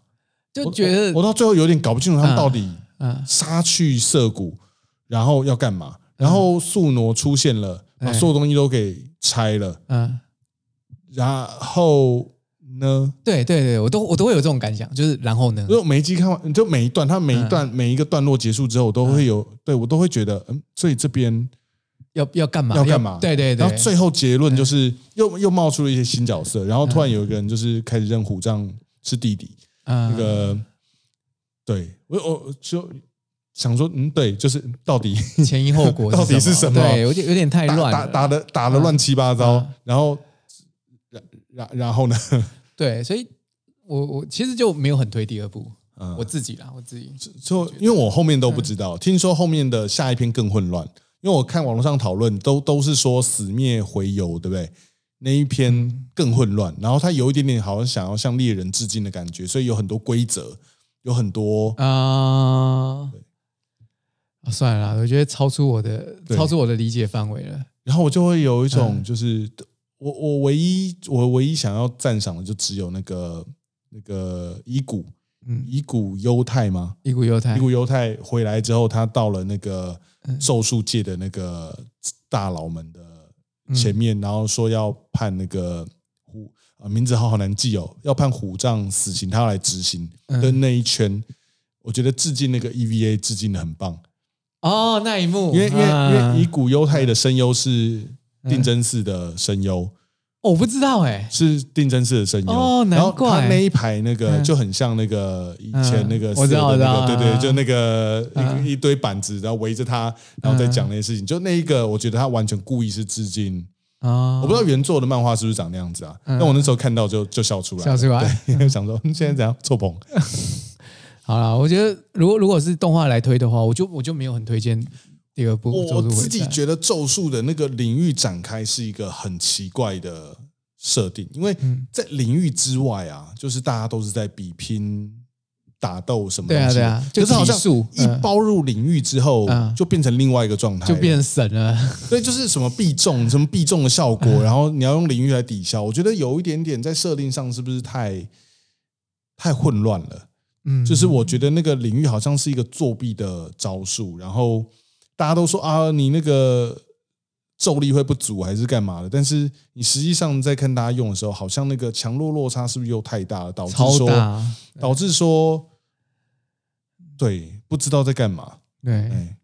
[SPEAKER 2] 就
[SPEAKER 1] 我
[SPEAKER 2] 觉
[SPEAKER 1] 我我
[SPEAKER 2] 得
[SPEAKER 1] 到最后有点搞不清楚他们到底
[SPEAKER 2] 嗯
[SPEAKER 1] 杀去涩谷，然后要干嘛？然后宿傩出现了，把
[SPEAKER 2] 哎
[SPEAKER 1] 所有东西都给拆了，
[SPEAKER 2] 嗯，
[SPEAKER 1] 然后呢？
[SPEAKER 2] 对对对，我都我都会有这种感想，就是然后呢，
[SPEAKER 1] 如果每一集看完，就每一段，他每一
[SPEAKER 2] 嗯
[SPEAKER 1] 段每一个段落结束之后，我都会有，对我都会觉得，嗯，所以这边，
[SPEAKER 2] 要要干嘛
[SPEAKER 1] 要干嘛
[SPEAKER 2] 对嗯对对，
[SPEAKER 1] 然后最后结论就是又又冒出了一些新角
[SPEAKER 2] 嗯
[SPEAKER 1] 色，然后突然有一个人就是开始认虎杖是弟弟，那
[SPEAKER 2] 那
[SPEAKER 1] 个，对我我就想说，嗯，对，就是到底
[SPEAKER 2] 前因后 果
[SPEAKER 1] 到底是什么
[SPEAKER 2] 对，有点有点太
[SPEAKER 1] 打
[SPEAKER 2] 乱
[SPEAKER 1] 打
[SPEAKER 2] 了，嗯
[SPEAKER 1] 打的打的乱七八糟，然后然然然后呢，
[SPEAKER 2] 对，所以我我其实就没有很推第二部，
[SPEAKER 1] 嗯
[SPEAKER 2] 我自己啦，我自己，
[SPEAKER 1] 就因为我后面都不知
[SPEAKER 2] 嗯
[SPEAKER 1] 道，听说后面的下一篇更混乱，因为我看网络上讨论都都是说死灭回游，对不对？那一
[SPEAKER 2] 嗯
[SPEAKER 1] 篇更混乱，然后他有一点点好像想要向猎人致敬的感觉，所以有很多规则，有很
[SPEAKER 2] 嗯
[SPEAKER 1] 多
[SPEAKER 2] 啊、啊算了啦，我觉得超出我的
[SPEAKER 1] 对
[SPEAKER 2] 超出我的理解范围了。
[SPEAKER 1] 然后我就会有一种
[SPEAKER 2] 嗯
[SPEAKER 1] 就是、我我唯一我唯一想要赞赏的就只有那个那个伊谷
[SPEAKER 2] 嗯，
[SPEAKER 1] 伊谷犹太吗？
[SPEAKER 2] 一股犹太
[SPEAKER 1] 伊，谷犹太回来之后，他到了那个
[SPEAKER 2] 嗯
[SPEAKER 1] 咒术界的那个大佬们的
[SPEAKER 2] 嗯
[SPEAKER 1] 前面，然后说要判那个虎啊名字好好难记哦，要判虎杖死刑，他要来执行
[SPEAKER 2] 嗯
[SPEAKER 1] 的那一圈，我觉得致敬那个 EVA 致敬的很棒。
[SPEAKER 2] 哦，那一幕，
[SPEAKER 1] 因为因为因
[SPEAKER 2] 啊嗯
[SPEAKER 1] 为以古犹太的声优是定真寺的声优，
[SPEAKER 2] 哦我不知道哎、
[SPEAKER 1] 是定真寺的声优。
[SPEAKER 2] 哦难
[SPEAKER 1] 然后
[SPEAKER 2] 怪
[SPEAKER 1] 他那一排那个
[SPEAKER 2] 嗯
[SPEAKER 1] 就很像那个以前那个
[SPEAKER 2] 嗯我知道
[SPEAKER 1] 四楼的
[SPEAKER 2] 我
[SPEAKER 1] 那
[SPEAKER 2] 知
[SPEAKER 1] 个，
[SPEAKER 2] 道
[SPEAKER 1] 对对，就那个
[SPEAKER 2] 嗯
[SPEAKER 1] 一一堆板子，然后围着他，然后再讲那些事情。就那一个，我觉得他完全故意是致敬。
[SPEAKER 2] 啊，
[SPEAKER 1] 我不知道原作的漫画是不是长那样子啊？
[SPEAKER 2] 嗯
[SPEAKER 1] 但我那时候看到就就笑出来了，
[SPEAKER 2] 笑出来
[SPEAKER 1] 对，因为 想说嗯现在怎样错捧。
[SPEAKER 2] 好了，我觉得如果如果是动画来推的话，我就我就没有很推荐第二部《
[SPEAKER 1] 我
[SPEAKER 2] 咒术回
[SPEAKER 1] 自己
[SPEAKER 2] 战》。
[SPEAKER 1] 觉得咒术的那个领域展开是一个很奇怪的设定，因为
[SPEAKER 2] 嗯
[SPEAKER 1] 在领域之外啊，就是大家都是在比拼。打斗什么东
[SPEAKER 2] 对啊
[SPEAKER 1] 西的？
[SPEAKER 2] 对啊就
[SPEAKER 1] 可是好像
[SPEAKER 2] 提速
[SPEAKER 1] 一
[SPEAKER 2] 嗯
[SPEAKER 1] 包入领域之后，
[SPEAKER 2] 嗯
[SPEAKER 1] 就变成另外一个状态了，
[SPEAKER 2] 就变成神了。
[SPEAKER 1] 对，就是什么必中，什么必中的效
[SPEAKER 2] 嗯
[SPEAKER 1] 果，然后你要用领域来抵消。我觉得有一点点在设定上是不是太太混乱了？
[SPEAKER 2] 嗯，
[SPEAKER 1] 就是我觉得那个领域好像是一个作弊的招数，然后大家都说啊，你那个咒力会不足还是干嘛的？但是你实际上在看大家用的时候，好像那个强弱落差是不是又太大了，导致
[SPEAKER 2] 超
[SPEAKER 1] 说
[SPEAKER 2] 大，
[SPEAKER 1] 导致说对不知道在干嘛？
[SPEAKER 2] 对
[SPEAKER 1] 哎，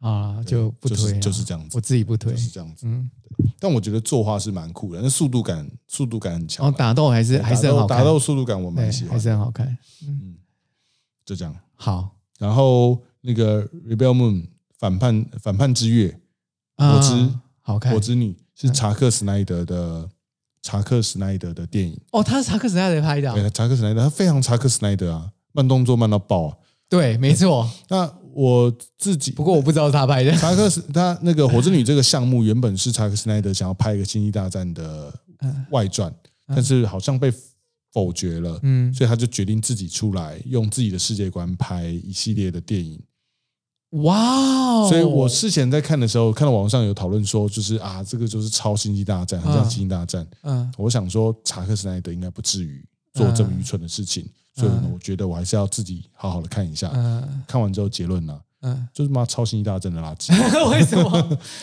[SPEAKER 2] 啊，就不
[SPEAKER 1] 就
[SPEAKER 2] 推
[SPEAKER 1] 是
[SPEAKER 2] 了，
[SPEAKER 1] 就是这样子
[SPEAKER 2] 我，自己不推
[SPEAKER 1] 就。是这样子。
[SPEAKER 2] 嗯，
[SPEAKER 1] 但我觉得作画是蛮酷的，那速度感速度感很强
[SPEAKER 2] 然
[SPEAKER 1] 啊。
[SPEAKER 2] 后哦打斗还是
[SPEAKER 1] 打
[SPEAKER 2] 还是很
[SPEAKER 1] 斗
[SPEAKER 2] 好看，
[SPEAKER 1] 打斗速度感我蛮
[SPEAKER 2] 对
[SPEAKER 1] 喜欢
[SPEAKER 2] 还是
[SPEAKER 1] 的，
[SPEAKER 2] 很好看。
[SPEAKER 1] 就这样。
[SPEAKER 2] 好，
[SPEAKER 1] 然后那个 Rebel Moon 反叛反叛之月，
[SPEAKER 2] 啊
[SPEAKER 1] 之
[SPEAKER 2] 好看
[SPEAKER 1] 我。之女是查克史奈德的查克史奈德的电影，
[SPEAKER 2] 哦，他是查克史奈德拍的啊，
[SPEAKER 1] 对，查克史奈德他非常查克史奈德啊，慢动作慢到爆啊。
[SPEAKER 2] 对，没错。
[SPEAKER 1] 那我自己
[SPEAKER 2] 不过我不知道是他拍 的。
[SPEAKER 1] 查克史他那个火之女这个项目原本是查克史奈德想要拍一个星际大战的外传，但是好像被否决了。
[SPEAKER 2] 嗯，
[SPEAKER 1] 所以他就决定自己出来，用自己的世界观拍一系列的电影。
[SPEAKER 2] 哇哦！
[SPEAKER 1] 所以我事前在看的时候，看到网上有讨论说，就是啊，这个就是超星际大战，很像
[SPEAKER 2] 嗯
[SPEAKER 1] 星际大战。
[SPEAKER 2] 嗯
[SPEAKER 1] 我想说，查克·斯奈德应该不至于做这么愚蠢的事情，所以呢，我觉得我还是要自己好好的看一下。
[SPEAKER 2] 嗯
[SPEAKER 1] 看完之后结论呢、
[SPEAKER 2] 嗯，
[SPEAKER 1] 就是妈超星际大战的垃圾。
[SPEAKER 2] 为什么？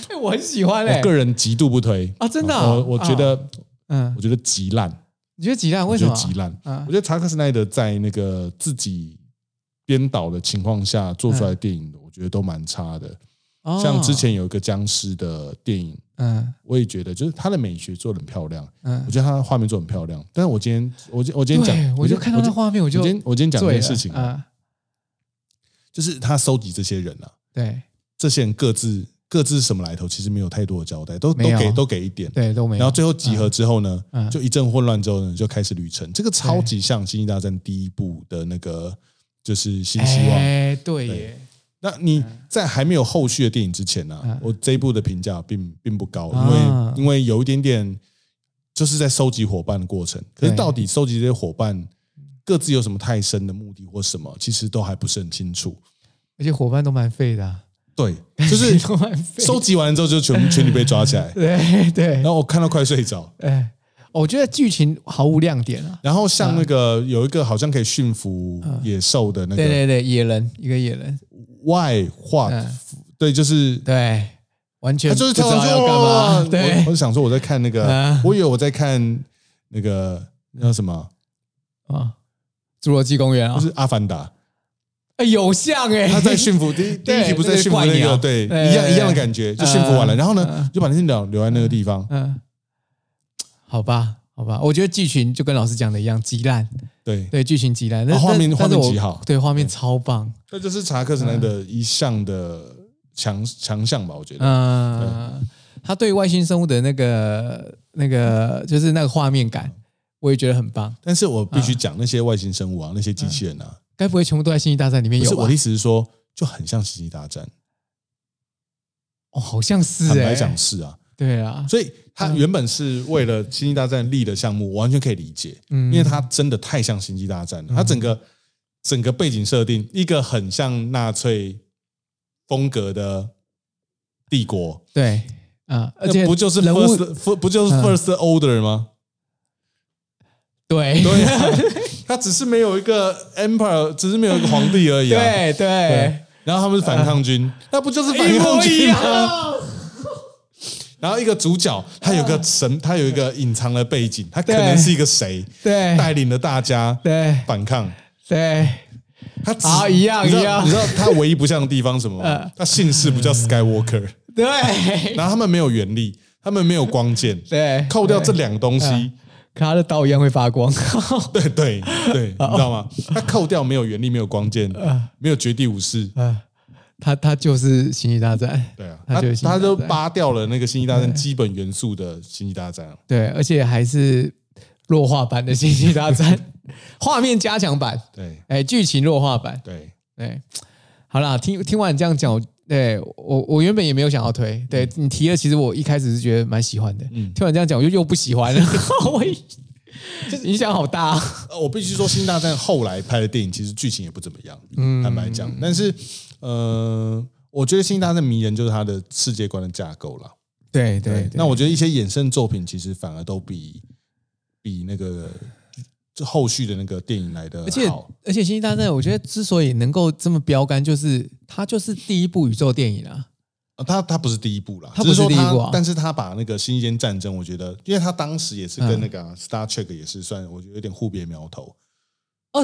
[SPEAKER 2] 哎我很喜欢
[SPEAKER 1] 我
[SPEAKER 2] 嘞
[SPEAKER 1] 个。人极度不推
[SPEAKER 2] 啊真的啊
[SPEAKER 1] 我我觉得、
[SPEAKER 2] 嗯
[SPEAKER 1] 我，觉得极烂，
[SPEAKER 2] 你觉得几烂？
[SPEAKER 1] 我
[SPEAKER 2] 为
[SPEAKER 1] 觉
[SPEAKER 2] 什
[SPEAKER 1] 得
[SPEAKER 2] 么？
[SPEAKER 1] 极烂。
[SPEAKER 2] 嗯
[SPEAKER 1] 我觉得查克·斯奈德在那个自己编导的情况下做出来的电
[SPEAKER 2] 嗯
[SPEAKER 1] 影，我觉得都蛮差的。
[SPEAKER 2] 哦
[SPEAKER 1] 像之前有一个僵尸的电影，
[SPEAKER 2] 嗯
[SPEAKER 1] 我也觉得就是他的美学做的很漂亮，
[SPEAKER 2] 嗯
[SPEAKER 1] 我，觉得他的画面做得很漂亮。但是我今天我今我今天
[SPEAKER 2] 对
[SPEAKER 1] 讲，
[SPEAKER 2] 我就看到那
[SPEAKER 1] 今
[SPEAKER 2] 画面，我
[SPEAKER 1] 我
[SPEAKER 2] 就
[SPEAKER 1] 今天我今天讲一件
[SPEAKER 2] 醉了
[SPEAKER 1] 事情啊，
[SPEAKER 2] 啊，
[SPEAKER 1] 就是他收集这些人啊，
[SPEAKER 2] 对
[SPEAKER 1] 这些人各自各自什么来头，其实没有太多的交代，都
[SPEAKER 2] 没
[SPEAKER 1] 都
[SPEAKER 2] 有
[SPEAKER 1] 给都给一点。
[SPEAKER 2] 对都没有。
[SPEAKER 1] 然后最后集合之后呢，
[SPEAKER 2] 嗯
[SPEAKER 1] 就一阵混乱之后呢，就开始旅程。这个超级像《星际大战》第一部的那个，就是新啊希望。
[SPEAKER 2] 哎，对耶，
[SPEAKER 1] 那你在还没有后续的电影之前呢、
[SPEAKER 2] 嗯
[SPEAKER 1] 我这一部的评价并并不高，因为、
[SPEAKER 2] 啊
[SPEAKER 1] 因为有一点点就是在收集伙伴的过程。可是
[SPEAKER 2] 对
[SPEAKER 1] 到底收集这些伙伴各自有什么太深的目的或什么，其实都还不是很清楚。
[SPEAKER 2] 而且伙伴都蛮废的啊，
[SPEAKER 1] 对，就是
[SPEAKER 2] 都蛮废的。
[SPEAKER 1] 收集完之后就 全部全体被抓起来，
[SPEAKER 2] 对对
[SPEAKER 1] 然，后我看到快睡着。
[SPEAKER 2] 哎，我觉得剧情毫无亮点啊。
[SPEAKER 1] 然后像那个有一个好像可以驯服野兽的那
[SPEAKER 2] 嗯对
[SPEAKER 1] 个
[SPEAKER 2] 对对，野人一个野人，
[SPEAKER 1] 外化
[SPEAKER 2] 嗯，
[SPEAKER 1] 对，就是
[SPEAKER 2] 对，完全
[SPEAKER 1] 他就是
[SPEAKER 2] 不知
[SPEAKER 1] 跳上
[SPEAKER 2] 道
[SPEAKER 1] 去
[SPEAKER 2] 要干
[SPEAKER 1] 哇
[SPEAKER 2] 嘛。
[SPEAKER 1] 我我
[SPEAKER 2] 对，
[SPEAKER 1] 就想说我在看那个
[SPEAKER 2] 嗯，
[SPEAKER 1] 我以为我在看那个那叫什么，
[SPEAKER 2] 啊，侏罗纪公园啊
[SPEAKER 1] 就，是《阿凡达
[SPEAKER 2] 哎，有像》，哎，
[SPEAKER 1] 他在驯服第一第一集不是在驯服那
[SPEAKER 2] 那个怪
[SPEAKER 1] 个
[SPEAKER 2] 鸟
[SPEAKER 1] 对
[SPEAKER 2] 对
[SPEAKER 1] 一样
[SPEAKER 2] 对
[SPEAKER 1] 一样的感觉，就驯服完了，
[SPEAKER 2] 嗯
[SPEAKER 1] 然后呢就把那些鸟留在那个地方，
[SPEAKER 2] 嗯，好吧，好吧，我觉得剧情就跟老师讲的一样，极烂，
[SPEAKER 1] 对，
[SPEAKER 2] 对，剧情极烂，但
[SPEAKER 1] 啊画面
[SPEAKER 2] 但但是
[SPEAKER 1] 画面
[SPEAKER 2] 我
[SPEAKER 1] 极好
[SPEAKER 2] 对，画面超棒，
[SPEAKER 1] 这就是查克·史奈德一项的强强项吧，我觉得。
[SPEAKER 2] 嗯，他对外星生物的那个那个就是那个画面感，我也觉得很棒。
[SPEAKER 1] 但是我必
[SPEAKER 2] 嗯
[SPEAKER 1] 须讲那些外星生物啊，那些机器人啊，
[SPEAKER 2] 该不会全部都在《星际大战》里面
[SPEAKER 1] 不
[SPEAKER 2] 嗯有啊
[SPEAKER 1] 是
[SPEAKER 2] 吧
[SPEAKER 1] 我的意思是说，就很像《星际大战》，
[SPEAKER 2] 哦，好像是
[SPEAKER 1] 坦
[SPEAKER 2] 哎
[SPEAKER 1] 白，讲是啊，
[SPEAKER 2] 对啊，
[SPEAKER 1] 所以它原本是为了《星际大战》立的项目，我完全可以理解，
[SPEAKER 2] 嗯
[SPEAKER 1] 因为它真的太像《星际大战》了。它整个整个背景设定，一个很像纳粹风格的帝国，
[SPEAKER 2] 对啊，而
[SPEAKER 1] 那
[SPEAKER 2] 且
[SPEAKER 1] 不就是
[SPEAKER 2] 人物嗯
[SPEAKER 1] first fir- 不就是 first order 吗？
[SPEAKER 2] 对
[SPEAKER 1] 对啊，它只是没有一个 emperor，只是没有一个皇帝而已啊。
[SPEAKER 2] 对哎对，
[SPEAKER 1] 然后他们是反抗军，那不就是反
[SPEAKER 2] 一
[SPEAKER 1] 抗
[SPEAKER 2] 模一
[SPEAKER 1] 军
[SPEAKER 2] 样
[SPEAKER 1] 吗？，然后一个主角，他有个神，他有一个隐藏的背景，他可能是一个谁
[SPEAKER 2] 对
[SPEAKER 1] 带领了大家
[SPEAKER 2] 对
[SPEAKER 1] 反抗。
[SPEAKER 2] 对，
[SPEAKER 1] 他只
[SPEAKER 2] 啊好一样
[SPEAKER 1] 你知道
[SPEAKER 2] 一样呃
[SPEAKER 1] 你知道他唯一不像的地方是什 么吗？他姓氏不叫 Skywalker，
[SPEAKER 2] 对
[SPEAKER 1] 然后他们没有原力，他们没有光剑，
[SPEAKER 2] 对，
[SPEAKER 1] 扣掉这两个东西，
[SPEAKER 2] 可他的刀一样会发光。
[SPEAKER 1] 对 对对，你知道吗？他扣掉没有原力，没有光 剑，
[SPEAKER 2] 呃
[SPEAKER 1] 没有绝地武士，
[SPEAKER 2] 啊，他他就是《星际大战》
[SPEAKER 1] 对啊，
[SPEAKER 2] 他
[SPEAKER 1] 他
[SPEAKER 2] 就是星际
[SPEAKER 1] 他就
[SPEAKER 2] 大战
[SPEAKER 1] 扒掉了那个星际大战基本元素的星际大战啊。
[SPEAKER 2] 对，而且还是弱化版的《星际大 战》，画面加强版，
[SPEAKER 1] 对
[SPEAKER 2] 哎，剧情弱化版。
[SPEAKER 1] 对，
[SPEAKER 2] 对，好啦，听听完你这样讲，我对我我原本也没有想要推，对你提了，其实我一开始是觉得蛮喜欢的，
[SPEAKER 1] 嗯
[SPEAKER 2] 听完这样讲，我就又不喜 欢了，我一影响好大、啊，
[SPEAKER 1] 呃，我必须说，《星大战》后来拍的电影其实剧情也不怎么样，
[SPEAKER 2] 嗯
[SPEAKER 1] 坦白讲。但是，呃，我觉得《星大战》迷人就是它的世界观的架构啦。
[SPEAKER 2] 对对，
[SPEAKER 1] 那我觉得一些衍生作品其实反而都比比那个这后续的那个电影来的
[SPEAKER 2] 而且
[SPEAKER 1] 好。
[SPEAKER 2] 而且《星际大战》，我觉得之所以能够这么标杆，就是它就是第一部宇宙电影啊。
[SPEAKER 1] 呃它它不是第一部啦，
[SPEAKER 2] 它不是
[SPEAKER 1] 只说
[SPEAKER 2] 第一部啊
[SPEAKER 1] 但是它把那个《星间战争》，我觉得，因为它当时也是
[SPEAKER 2] 嗯
[SPEAKER 1] 跟那个啊、Star Trek 也是算，我觉得有点互别苗头，
[SPEAKER 2] 哦，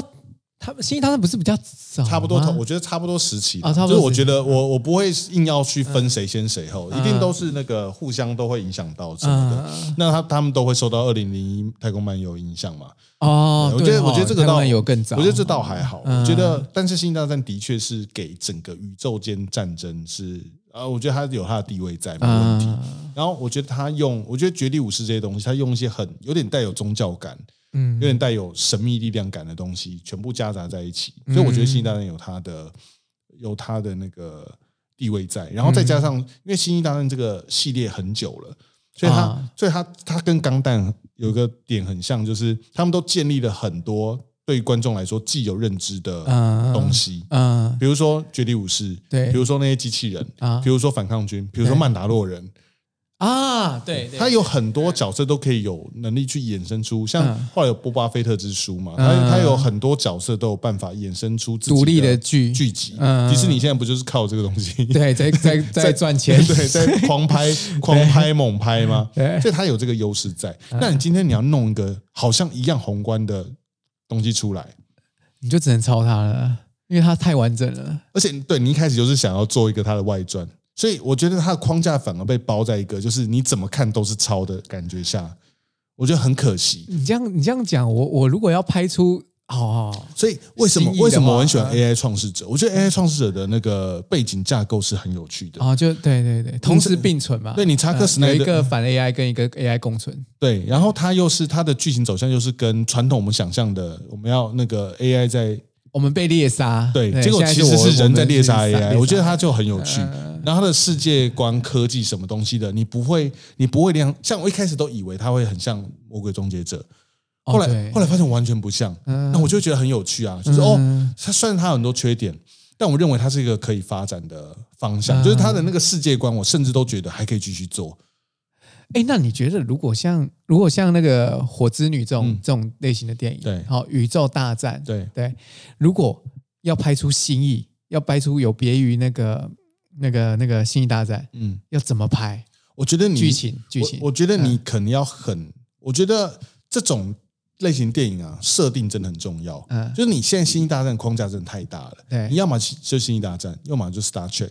[SPEAKER 2] 他们《星际大战》不是比较早吗，
[SPEAKER 1] 差不多同，我觉得差不多时期啦
[SPEAKER 2] 啊啊差不多
[SPEAKER 1] 就是我
[SPEAKER 2] 时期
[SPEAKER 1] 觉得我我不会硬要去分谁先谁后，一定都是那个互相都会影响到什么的。
[SPEAKER 2] 嗯
[SPEAKER 1] 那他他们都会受到二零零一太空漫游影响嘛？
[SPEAKER 2] 哦，
[SPEAKER 1] 我觉
[SPEAKER 2] 对
[SPEAKER 1] 得
[SPEAKER 2] 哦
[SPEAKER 1] 我觉得这个
[SPEAKER 2] 台湾
[SPEAKER 1] 倒
[SPEAKER 2] 有更早，
[SPEAKER 1] 我觉得这倒还好。
[SPEAKER 2] 嗯
[SPEAKER 1] 我觉得，但是《星际大战》的确是给整个宇宙间战争是啊，我觉得它有它的地位在，没问题。
[SPEAKER 2] 嗯
[SPEAKER 1] 然后我觉得他用，我觉得《绝地武士》这些东西，他用一些很有点带有宗教感、有
[SPEAKER 2] 嗯
[SPEAKER 1] 点带有神秘力量感的东西，全部夹杂在一起，所以
[SPEAKER 2] 嗯
[SPEAKER 1] 我觉得《星际大战》有它的有它的那个地位在。然后再加
[SPEAKER 2] 嗯
[SPEAKER 1] 上，因为《星际大战》这个系列很久了，所以它、
[SPEAKER 2] 啊
[SPEAKER 1] 所以它它跟《钢弹》有一个点很像，就是他们都建立了很多对观众来说既有认知的
[SPEAKER 2] 嗯
[SPEAKER 1] 东西。
[SPEAKER 2] 嗯
[SPEAKER 1] 比如说绝地武士，
[SPEAKER 2] 对
[SPEAKER 1] 比如说那些机器人，
[SPEAKER 2] 啊
[SPEAKER 1] 比如说反抗军，比如说
[SPEAKER 2] 对
[SPEAKER 1] 曼达洛人，
[SPEAKER 2] 啊，对，对
[SPEAKER 1] 他有很多角色都可以有能力去衍生出，像
[SPEAKER 2] 嗯
[SPEAKER 1] 后来有波巴菲特之书嘛，他
[SPEAKER 2] 嗯
[SPEAKER 1] 他有很多角色都有办法衍生出自己
[SPEAKER 2] 独立的
[SPEAKER 1] 的
[SPEAKER 2] 剧，
[SPEAKER 1] 剧集
[SPEAKER 2] 嗯。
[SPEAKER 1] 迪士尼现在不就是靠这个东西？
[SPEAKER 2] 对，在 在在
[SPEAKER 1] 在
[SPEAKER 2] 赚钱，
[SPEAKER 1] 对， 在狂拍、狂拍、猛拍吗？
[SPEAKER 2] 对嗯
[SPEAKER 1] 所以他有这个优势在。那你今天你要弄一个好像一样宏观的东西出来，
[SPEAKER 2] 你就只能抄他了，因为他太完整了。
[SPEAKER 1] 而且对你一开始就是想要做一个它的外传，所以我觉得它的框架反而被包在一个就是你怎么看都是抄的感觉下，我觉得很可惜。
[SPEAKER 2] 你这样你这样讲，我我如果要拍出，哦好好好，
[SPEAKER 1] 所以为什么
[SPEAKER 2] 新意的话
[SPEAKER 1] 为什么我很喜欢
[SPEAKER 2] 嗯
[SPEAKER 1] AI 创世者？我觉得 AI 创世者的那个背景架构是很有趣的。
[SPEAKER 2] 啊，就对对对，同时并存嘛。呃
[SPEAKER 1] 对你查克史
[SPEAKER 2] 有
[SPEAKER 1] 奈
[SPEAKER 2] 一
[SPEAKER 1] 德
[SPEAKER 2] 个反 AI 跟一个 AI 共存，
[SPEAKER 1] 对，然后它又是它的剧情走向又是跟传统我们想象的，我们要那个 AI 在
[SPEAKER 2] 我们被猎杀，
[SPEAKER 1] 对，结
[SPEAKER 2] 现
[SPEAKER 1] 果
[SPEAKER 2] 在
[SPEAKER 1] 其
[SPEAKER 2] 我
[SPEAKER 1] 实是人在猎杀
[SPEAKER 2] 我们是
[SPEAKER 1] AI，我觉得它就很有趣
[SPEAKER 2] 嗯。
[SPEAKER 1] 然后它的世界观、科技什么东西的，你不会你不会量，像我一开始都以为它会很像《魔鬼终结者》，
[SPEAKER 2] 哦
[SPEAKER 1] 后来、
[SPEAKER 2] 对
[SPEAKER 1] 后来发现完全不像，
[SPEAKER 2] 嗯
[SPEAKER 1] 那我就觉得很有趣啊，就是、
[SPEAKER 2] 嗯
[SPEAKER 1] 哦，它虽然它有很多缺点，但我认为它是一个可以发展的方
[SPEAKER 2] 嗯
[SPEAKER 1] 向，就是它的那个世界观，我甚至都觉得还可以继续做。
[SPEAKER 2] 哎，那你觉得如果像如果像那个《火之女》这种、这种类型的电影，
[SPEAKER 1] 嗯对
[SPEAKER 2] 好，宇宙大战，
[SPEAKER 1] 对，
[SPEAKER 2] 对，如果要拍出新意，要拍出有别于那个那个那个《星际大战》，
[SPEAKER 1] 嗯，
[SPEAKER 2] 要怎么拍？
[SPEAKER 1] 我觉得你
[SPEAKER 2] 剧情剧情嗯
[SPEAKER 1] 我，我觉得你可能要很，我觉得这种类型电影啊，设定真的很重要。
[SPEAKER 2] 嗯
[SPEAKER 1] 就是你现在《星际大战》框架真的太大了，
[SPEAKER 2] 对
[SPEAKER 1] 你要么就《星际大战》，要么就《Star Trek》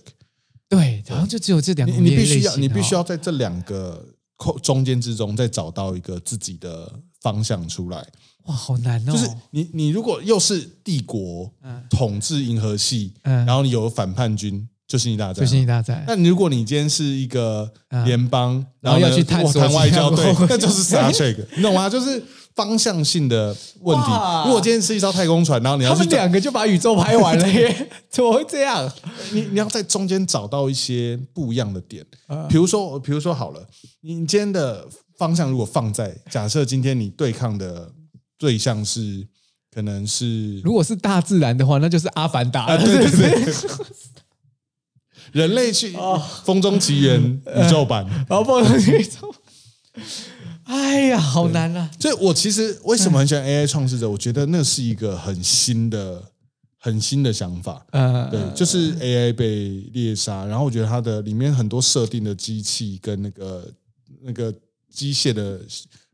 [SPEAKER 2] 对，好像就只有这两
[SPEAKER 1] 你，
[SPEAKER 2] 个
[SPEAKER 1] 你
[SPEAKER 2] 类
[SPEAKER 1] 必须要，
[SPEAKER 2] 型
[SPEAKER 1] 你必须
[SPEAKER 2] 哦
[SPEAKER 1] 要在这两个扣中间之中再找到一个自己的方向出来。
[SPEAKER 2] 哇，好难哦，
[SPEAKER 1] 就是你，你如果又是帝国
[SPEAKER 2] 嗯
[SPEAKER 1] 统治银河系，
[SPEAKER 2] 嗯
[SPEAKER 1] 然后你有反叛军，就《星际大
[SPEAKER 2] 就
[SPEAKER 1] 战》
[SPEAKER 2] 《星际大战》
[SPEAKER 1] 那如果你今天是一个联邦，
[SPEAKER 2] 然后
[SPEAKER 1] 呢
[SPEAKER 2] 要去探索
[SPEAKER 1] 哇谈外交，
[SPEAKER 2] 新加
[SPEAKER 1] 对
[SPEAKER 2] 坡，
[SPEAKER 1] 那就是 Star Trek，你懂吗？就是方向性的问题
[SPEAKER 2] 哇。
[SPEAKER 1] 如果今天是一艘太空船，然后你
[SPEAKER 2] 他
[SPEAKER 1] 要去
[SPEAKER 2] 们
[SPEAKER 1] 找
[SPEAKER 2] 两个就把宇宙拍完了 耶，怎么会这样？
[SPEAKER 1] 你你要在中间找到一些不一样的点，
[SPEAKER 2] 啊
[SPEAKER 1] 比如说，比如说好了，你今天的方向如果放在假设今天你对抗的对象是可能是
[SPEAKER 2] 如果是大自然的话，那就是《阿凡达》
[SPEAKER 1] 啊，
[SPEAKER 2] 了
[SPEAKER 1] 对
[SPEAKER 2] 是不
[SPEAKER 1] 对
[SPEAKER 2] 是哦
[SPEAKER 1] 对，人类去《风中奇 缘》宇宙版，
[SPEAKER 2] 然后放到宇宙。哎呀，好难啊！
[SPEAKER 1] 所以我其实为什么很喜
[SPEAKER 2] 嗯
[SPEAKER 1] 欢 AI 创世者？我觉得那是一个很新的、很新的想法。
[SPEAKER 2] 呃，
[SPEAKER 1] 对，就是 AI 被猎杀，然后我觉得它的里面很多设定的机器跟那个那个机械的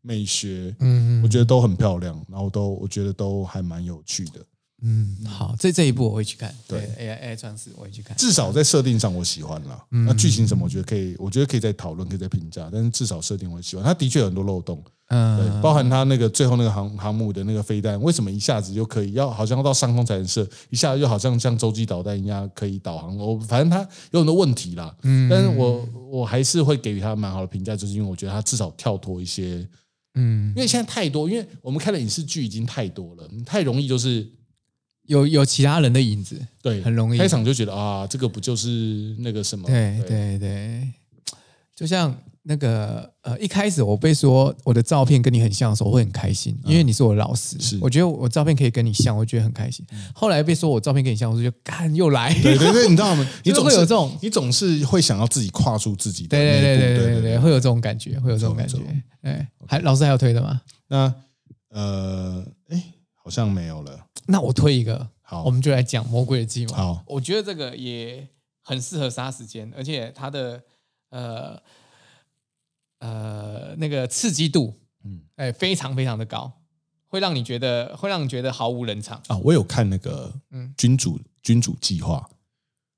[SPEAKER 1] 美学，
[SPEAKER 2] 嗯
[SPEAKER 1] 我觉得都很漂亮，然后都我觉得都还蛮有趣的。
[SPEAKER 2] 嗯，好，这这一部我会去看，对
[SPEAKER 1] 对
[SPEAKER 2] AI AI 创世我会去看。
[SPEAKER 1] 至少在设定上我喜欢啦。
[SPEAKER 2] 嗯
[SPEAKER 1] 那剧情什么，我觉得可以，我觉得可以再讨论，可以再评价。但是至少设定我喜欢，它的确有很多漏洞。对，
[SPEAKER 2] 嗯，
[SPEAKER 1] 包含他那个最后那个航航母的那个飞弹，为什么一下子就可以要好像要到上空才能射，一下又好像像洲际导弹一样可以导航？我反正他有很多问题啦，嗯，但是我我还是会给予他蛮好的评价，就是因为我觉得他至少跳脱一些，
[SPEAKER 2] 嗯
[SPEAKER 1] 因为现在太多，因为我们看的影视剧已经太多了，太容易就是
[SPEAKER 2] 有有其他人的影子，
[SPEAKER 1] 对，
[SPEAKER 2] 很容易
[SPEAKER 1] 开场就觉得啊，这个不就是那个什么？
[SPEAKER 2] 对对对，就像那个呃，一开始我被说我的照片跟你很像的时候，我会很开心，因为嗯你是嗯我的老师，
[SPEAKER 1] 是
[SPEAKER 2] 我觉得我照片可以跟你像，我觉得很开心。后来被说我照片跟你像，我就觉得干又来，
[SPEAKER 1] 对对对，你知道吗？你
[SPEAKER 2] 就是
[SPEAKER 1] 总
[SPEAKER 2] 会
[SPEAKER 1] 是
[SPEAKER 2] 有这种
[SPEAKER 1] 你总是会想要自己跨出自己的
[SPEAKER 2] 对
[SPEAKER 1] 那一
[SPEAKER 2] 对
[SPEAKER 1] 步
[SPEAKER 2] 对
[SPEAKER 1] 对
[SPEAKER 2] 对对，会有这种感觉，会有这种感觉
[SPEAKER 1] 没错没。
[SPEAKER 2] 哎，还老师还有推的吗？
[SPEAKER 1] 那呃，哎，好像没有了。
[SPEAKER 2] 那我推一个，
[SPEAKER 1] 好
[SPEAKER 2] 我们就来讲《魔鬼的计谋》。
[SPEAKER 1] 好
[SPEAKER 2] 我觉得这个也很适合杀时间，而且它的呃呃那个刺激度，嗯
[SPEAKER 1] 嗯，
[SPEAKER 2] 哎，非常非常的高，会让你觉得会让你觉得毫无人场。
[SPEAKER 1] 啊，我有看那个
[SPEAKER 2] 嗯
[SPEAKER 1] 君主君主计划，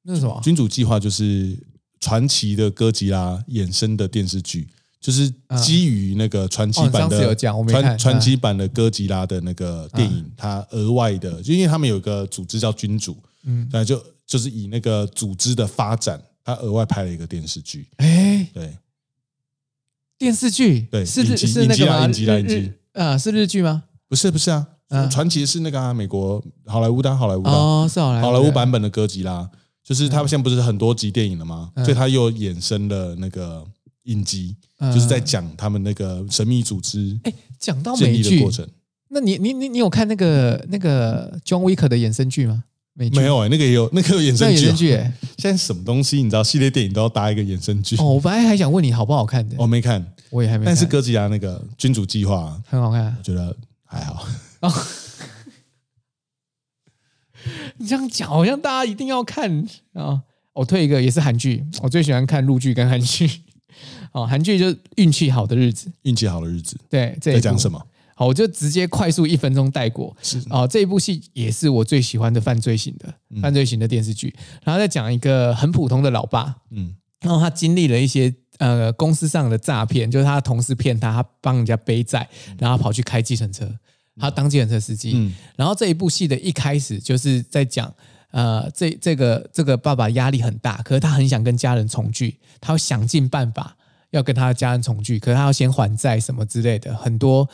[SPEAKER 2] 那是什么？
[SPEAKER 1] 君主计划就是传奇的哥吉拉衍生的电视剧，就是基于那个传奇
[SPEAKER 2] 嗯哦
[SPEAKER 1] 版
[SPEAKER 2] 你上次有
[SPEAKER 1] 的
[SPEAKER 2] 讲我没看
[SPEAKER 1] 传
[SPEAKER 2] 嗯
[SPEAKER 1] 传奇版的哥吉拉的那个电影，它额外的，就因为他们有个组织叫君主，
[SPEAKER 2] 嗯，
[SPEAKER 1] 那就就是以那个组织的发展，它额外拍了一个电视剧，
[SPEAKER 2] 哎，
[SPEAKER 1] 对，
[SPEAKER 2] 电视剧
[SPEAKER 1] 对
[SPEAKER 2] 是
[SPEAKER 1] 影
[SPEAKER 2] 日
[SPEAKER 1] 集
[SPEAKER 2] 是那个吗？
[SPEAKER 1] 影集啦
[SPEAKER 2] 日
[SPEAKER 1] 影集啦
[SPEAKER 2] 日
[SPEAKER 1] 影集
[SPEAKER 2] 啊，是日剧吗？
[SPEAKER 1] 不是不是啊，
[SPEAKER 2] 嗯
[SPEAKER 1] 传奇是那个啊，美国好莱坞的啊好莱坞的啊
[SPEAKER 2] 哦，是好莱
[SPEAKER 1] 好莱坞
[SPEAKER 2] 的
[SPEAKER 1] 版本的哥吉拉，就是他们现在不是很多集电影了吗？
[SPEAKER 2] 啊嗯
[SPEAKER 1] 所以他又衍生了那个影集，
[SPEAKER 2] 嗯
[SPEAKER 1] 就是在讲他们那个神秘组织
[SPEAKER 2] 哎，讲到
[SPEAKER 1] 建
[SPEAKER 2] 美
[SPEAKER 1] 立的
[SPEAKER 2] 剧
[SPEAKER 1] 过，程。
[SPEAKER 2] 那你你你你有看那个那个 John Wick 的衍生剧吗？美剧
[SPEAKER 1] 没有哎、那个也有那个有衍
[SPEAKER 2] 那
[SPEAKER 1] 生
[SPEAKER 2] 衍
[SPEAKER 1] 剧、啊。
[SPEAKER 2] 生剧哎、
[SPEAKER 1] 现在什么东西你知道，系列电影都要搭一个衍生剧。
[SPEAKER 2] 哦，我本来还想问你好不好看的，
[SPEAKER 1] 我没看，
[SPEAKER 2] 我也还没
[SPEAKER 1] 哦
[SPEAKER 2] 看，
[SPEAKER 1] 但是哥吉拉那个君主计划，
[SPEAKER 2] 很好看、啊哦
[SPEAKER 1] 我。觉得还好。
[SPEAKER 2] 你这样讲，好像大家一定要看啊、我推一个也是韩剧，我最喜欢看陆剧跟韩剧。哦，韩剧就是运气好的日子。
[SPEAKER 1] 运气好的日子
[SPEAKER 2] 对，这一
[SPEAKER 1] 在
[SPEAKER 2] 部
[SPEAKER 1] 讲什么？
[SPEAKER 2] 好，我就直接快速一分钟带过。
[SPEAKER 1] 是嗯
[SPEAKER 2] 哦，这一部戏也是我最喜欢的犯罪型的、犯罪型的电视剧。然后再讲一个很普通的老爸，
[SPEAKER 1] 嗯
[SPEAKER 2] 然后他经历了一些呃公司上的诈骗，就是他的同事骗他，他帮人家背债，然后跑去开计程车，他当计程车司机。
[SPEAKER 1] 嗯
[SPEAKER 2] 然后这一部戏的一开始就是在讲。呃，这这个这个爸爸压力很大，可是他很想跟家人重聚，他要想尽办法要跟他的家人重聚，可是他要先还债什么之类的，很多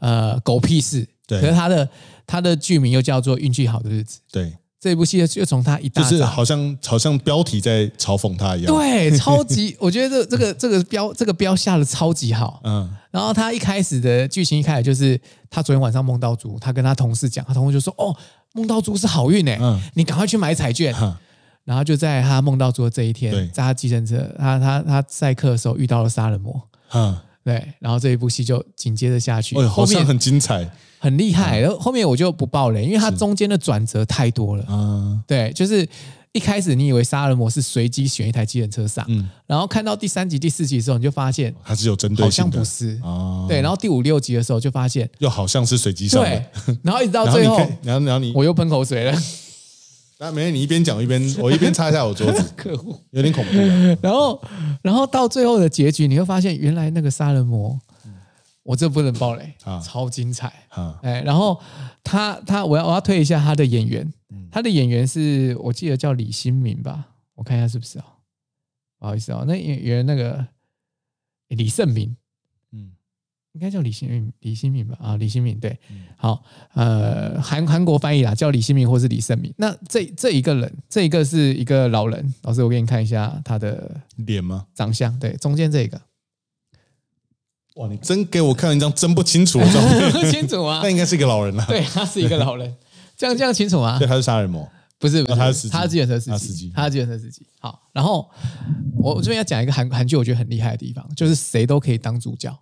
[SPEAKER 2] 呃狗屁事。
[SPEAKER 1] 对
[SPEAKER 2] 可是他的他的剧名又叫做《运气好的日子》，
[SPEAKER 1] 对，
[SPEAKER 2] 这一部戏就从他一大
[SPEAKER 1] 就
[SPEAKER 2] 早
[SPEAKER 1] 是好像好像标题在嘲讽他一样。，
[SPEAKER 2] 对，超级，我觉得这这个这个标这个标下的超级好。
[SPEAKER 1] 嗯
[SPEAKER 2] 然后他一开始的剧情一开始就是他昨天晚上梦到猪，他跟他同事讲，他同事就说：“哦，梦到猪是好运哎、
[SPEAKER 1] 嗯
[SPEAKER 2] 你赶快去买彩券。
[SPEAKER 1] 哈
[SPEAKER 2] 然后就在他梦到猪的这一
[SPEAKER 1] 对
[SPEAKER 2] 天，在他计程车，他他他赛课的时候遇到了杀人魔，
[SPEAKER 1] 哈，
[SPEAKER 2] 对，然后这一部戏就紧接着下
[SPEAKER 1] 嗯
[SPEAKER 2] 去，
[SPEAKER 1] 哎哎呦，
[SPEAKER 2] 后
[SPEAKER 1] 好像
[SPEAKER 2] 面
[SPEAKER 1] 很精彩
[SPEAKER 2] 很厉害。然后后面我就不爆雷，因为它
[SPEAKER 1] 是
[SPEAKER 2] 中间的转折太多了。
[SPEAKER 1] 啊，
[SPEAKER 2] 对，就是一开始你以为杀人魔是随机选一台计程车上，
[SPEAKER 1] 嗯，
[SPEAKER 2] 然后看到第三集、第四集的时候，你就发现
[SPEAKER 1] 还是有针对
[SPEAKER 2] 好
[SPEAKER 1] 性
[SPEAKER 2] 像
[SPEAKER 1] 的。
[SPEAKER 2] 不是，
[SPEAKER 1] 啊，
[SPEAKER 2] 对，然后第五六集的时候就发现，
[SPEAKER 1] 又好像是随机上
[SPEAKER 2] 对
[SPEAKER 1] 的。，
[SPEAKER 2] 然后一直到
[SPEAKER 1] 然后
[SPEAKER 2] 最
[SPEAKER 1] 你
[SPEAKER 2] 后，
[SPEAKER 1] 看，然后然后你，
[SPEAKER 2] 我又喷口 水了，
[SPEAKER 1] 那没事，你一边讲一 边，我一边擦一下我桌子，
[SPEAKER 2] 可恶。
[SPEAKER 1] 有点恐怖了。
[SPEAKER 2] 然后，然后到最后的结局，你会发现原来那个杀人魔，我这不能爆雷
[SPEAKER 1] 嗯啊，
[SPEAKER 2] 超精彩。
[SPEAKER 1] 啊，
[SPEAKER 2] 哎，然后他他，我要我要推一下他的演员，他的演员是我记得叫李新民吧，我看一下是不是哦，不好意思哦，那演员那个诶李胜明，
[SPEAKER 1] 嗯
[SPEAKER 2] 应该叫李新敏，李新敏吧？啊，李新敏对
[SPEAKER 1] 嗯，
[SPEAKER 2] 好，呃，韩韩国翻译啦，叫李新敏或是李胜敏。那这这一个人，这一个是一个老人，老师，我给你看一下他的
[SPEAKER 1] 脸吗？
[SPEAKER 2] 长相，对，中间这个
[SPEAKER 1] 哇，你真给我看一张真不清楚的照 片，
[SPEAKER 2] 清楚吗
[SPEAKER 1] 那？应该是一个老人了。啊
[SPEAKER 2] 对，他是一个老人，这样这样清楚吗
[SPEAKER 1] 对，？他是杀人魔。
[SPEAKER 2] 不是，不
[SPEAKER 1] 哦他是司
[SPEAKER 2] 是，
[SPEAKER 1] 机
[SPEAKER 2] 他是计程车司
[SPEAKER 1] 他
[SPEAKER 2] 机，
[SPEAKER 1] 司机
[SPEAKER 2] 他是计程车司机。好，然后我我这边要讲一个韩韩剧，我觉得很厉害的地方，就是谁都可以当主角，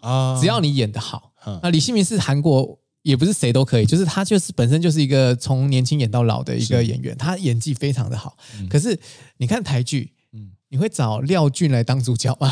[SPEAKER 1] 啊，
[SPEAKER 2] 只要你演得好。
[SPEAKER 1] 嗯
[SPEAKER 2] 那李新民是韩国，也不是谁都可以，就是他就是本身就是一个从年轻演到老的一个演员，他演技非常的好。可是你看台剧，
[SPEAKER 1] 嗯
[SPEAKER 2] 你会找廖俊来当主角吗？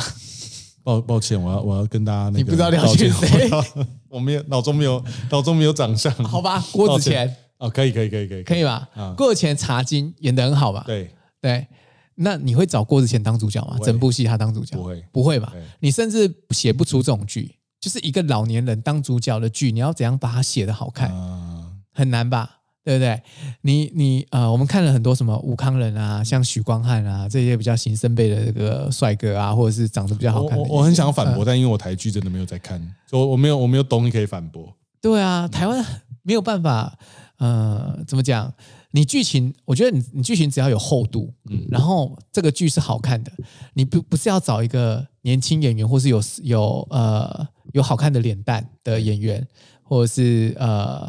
[SPEAKER 1] 抱抱歉，我要我要跟大家那个，
[SPEAKER 2] 你不知道廖
[SPEAKER 1] 道歉
[SPEAKER 2] 俊谁
[SPEAKER 1] 我要 我没有脑中没 有脑中没有长相。
[SPEAKER 2] 好吧，郭子乾
[SPEAKER 1] 哦，可以可以可以可以
[SPEAKER 2] 可以吧？
[SPEAKER 1] 嗯
[SPEAKER 2] 郭子乾茶金演得很好吧？
[SPEAKER 1] 对，
[SPEAKER 2] 对，那你会找郭子乾当主角吗？
[SPEAKER 1] 不会
[SPEAKER 2] 整部戏他当主角
[SPEAKER 1] 不会
[SPEAKER 2] 不会吧
[SPEAKER 1] 对？
[SPEAKER 2] 你甚至写不出这种剧，就是一个老年人当主角的剧，你要怎样把它写得好看？
[SPEAKER 1] 啊，
[SPEAKER 2] 很难吧？对不对？你你呃，我们看了很多什么吴康仁啊，像许光汉啊这些比较新生辈的这个帅哥啊，或者是长得比较好
[SPEAKER 1] 我
[SPEAKER 2] 看的嗯
[SPEAKER 1] 我我很想反驳，但因为我台剧真的没有在看，所以我我没有我没有东西可以反驳。
[SPEAKER 2] 对啊，台湾没有办法呃，怎么讲？你剧情，我觉得你你剧情只要有厚度，嗯，然后这个剧是好看的，你不不是要找一个年轻演员，或是有有呃有好看的脸蛋的演员，或者是呃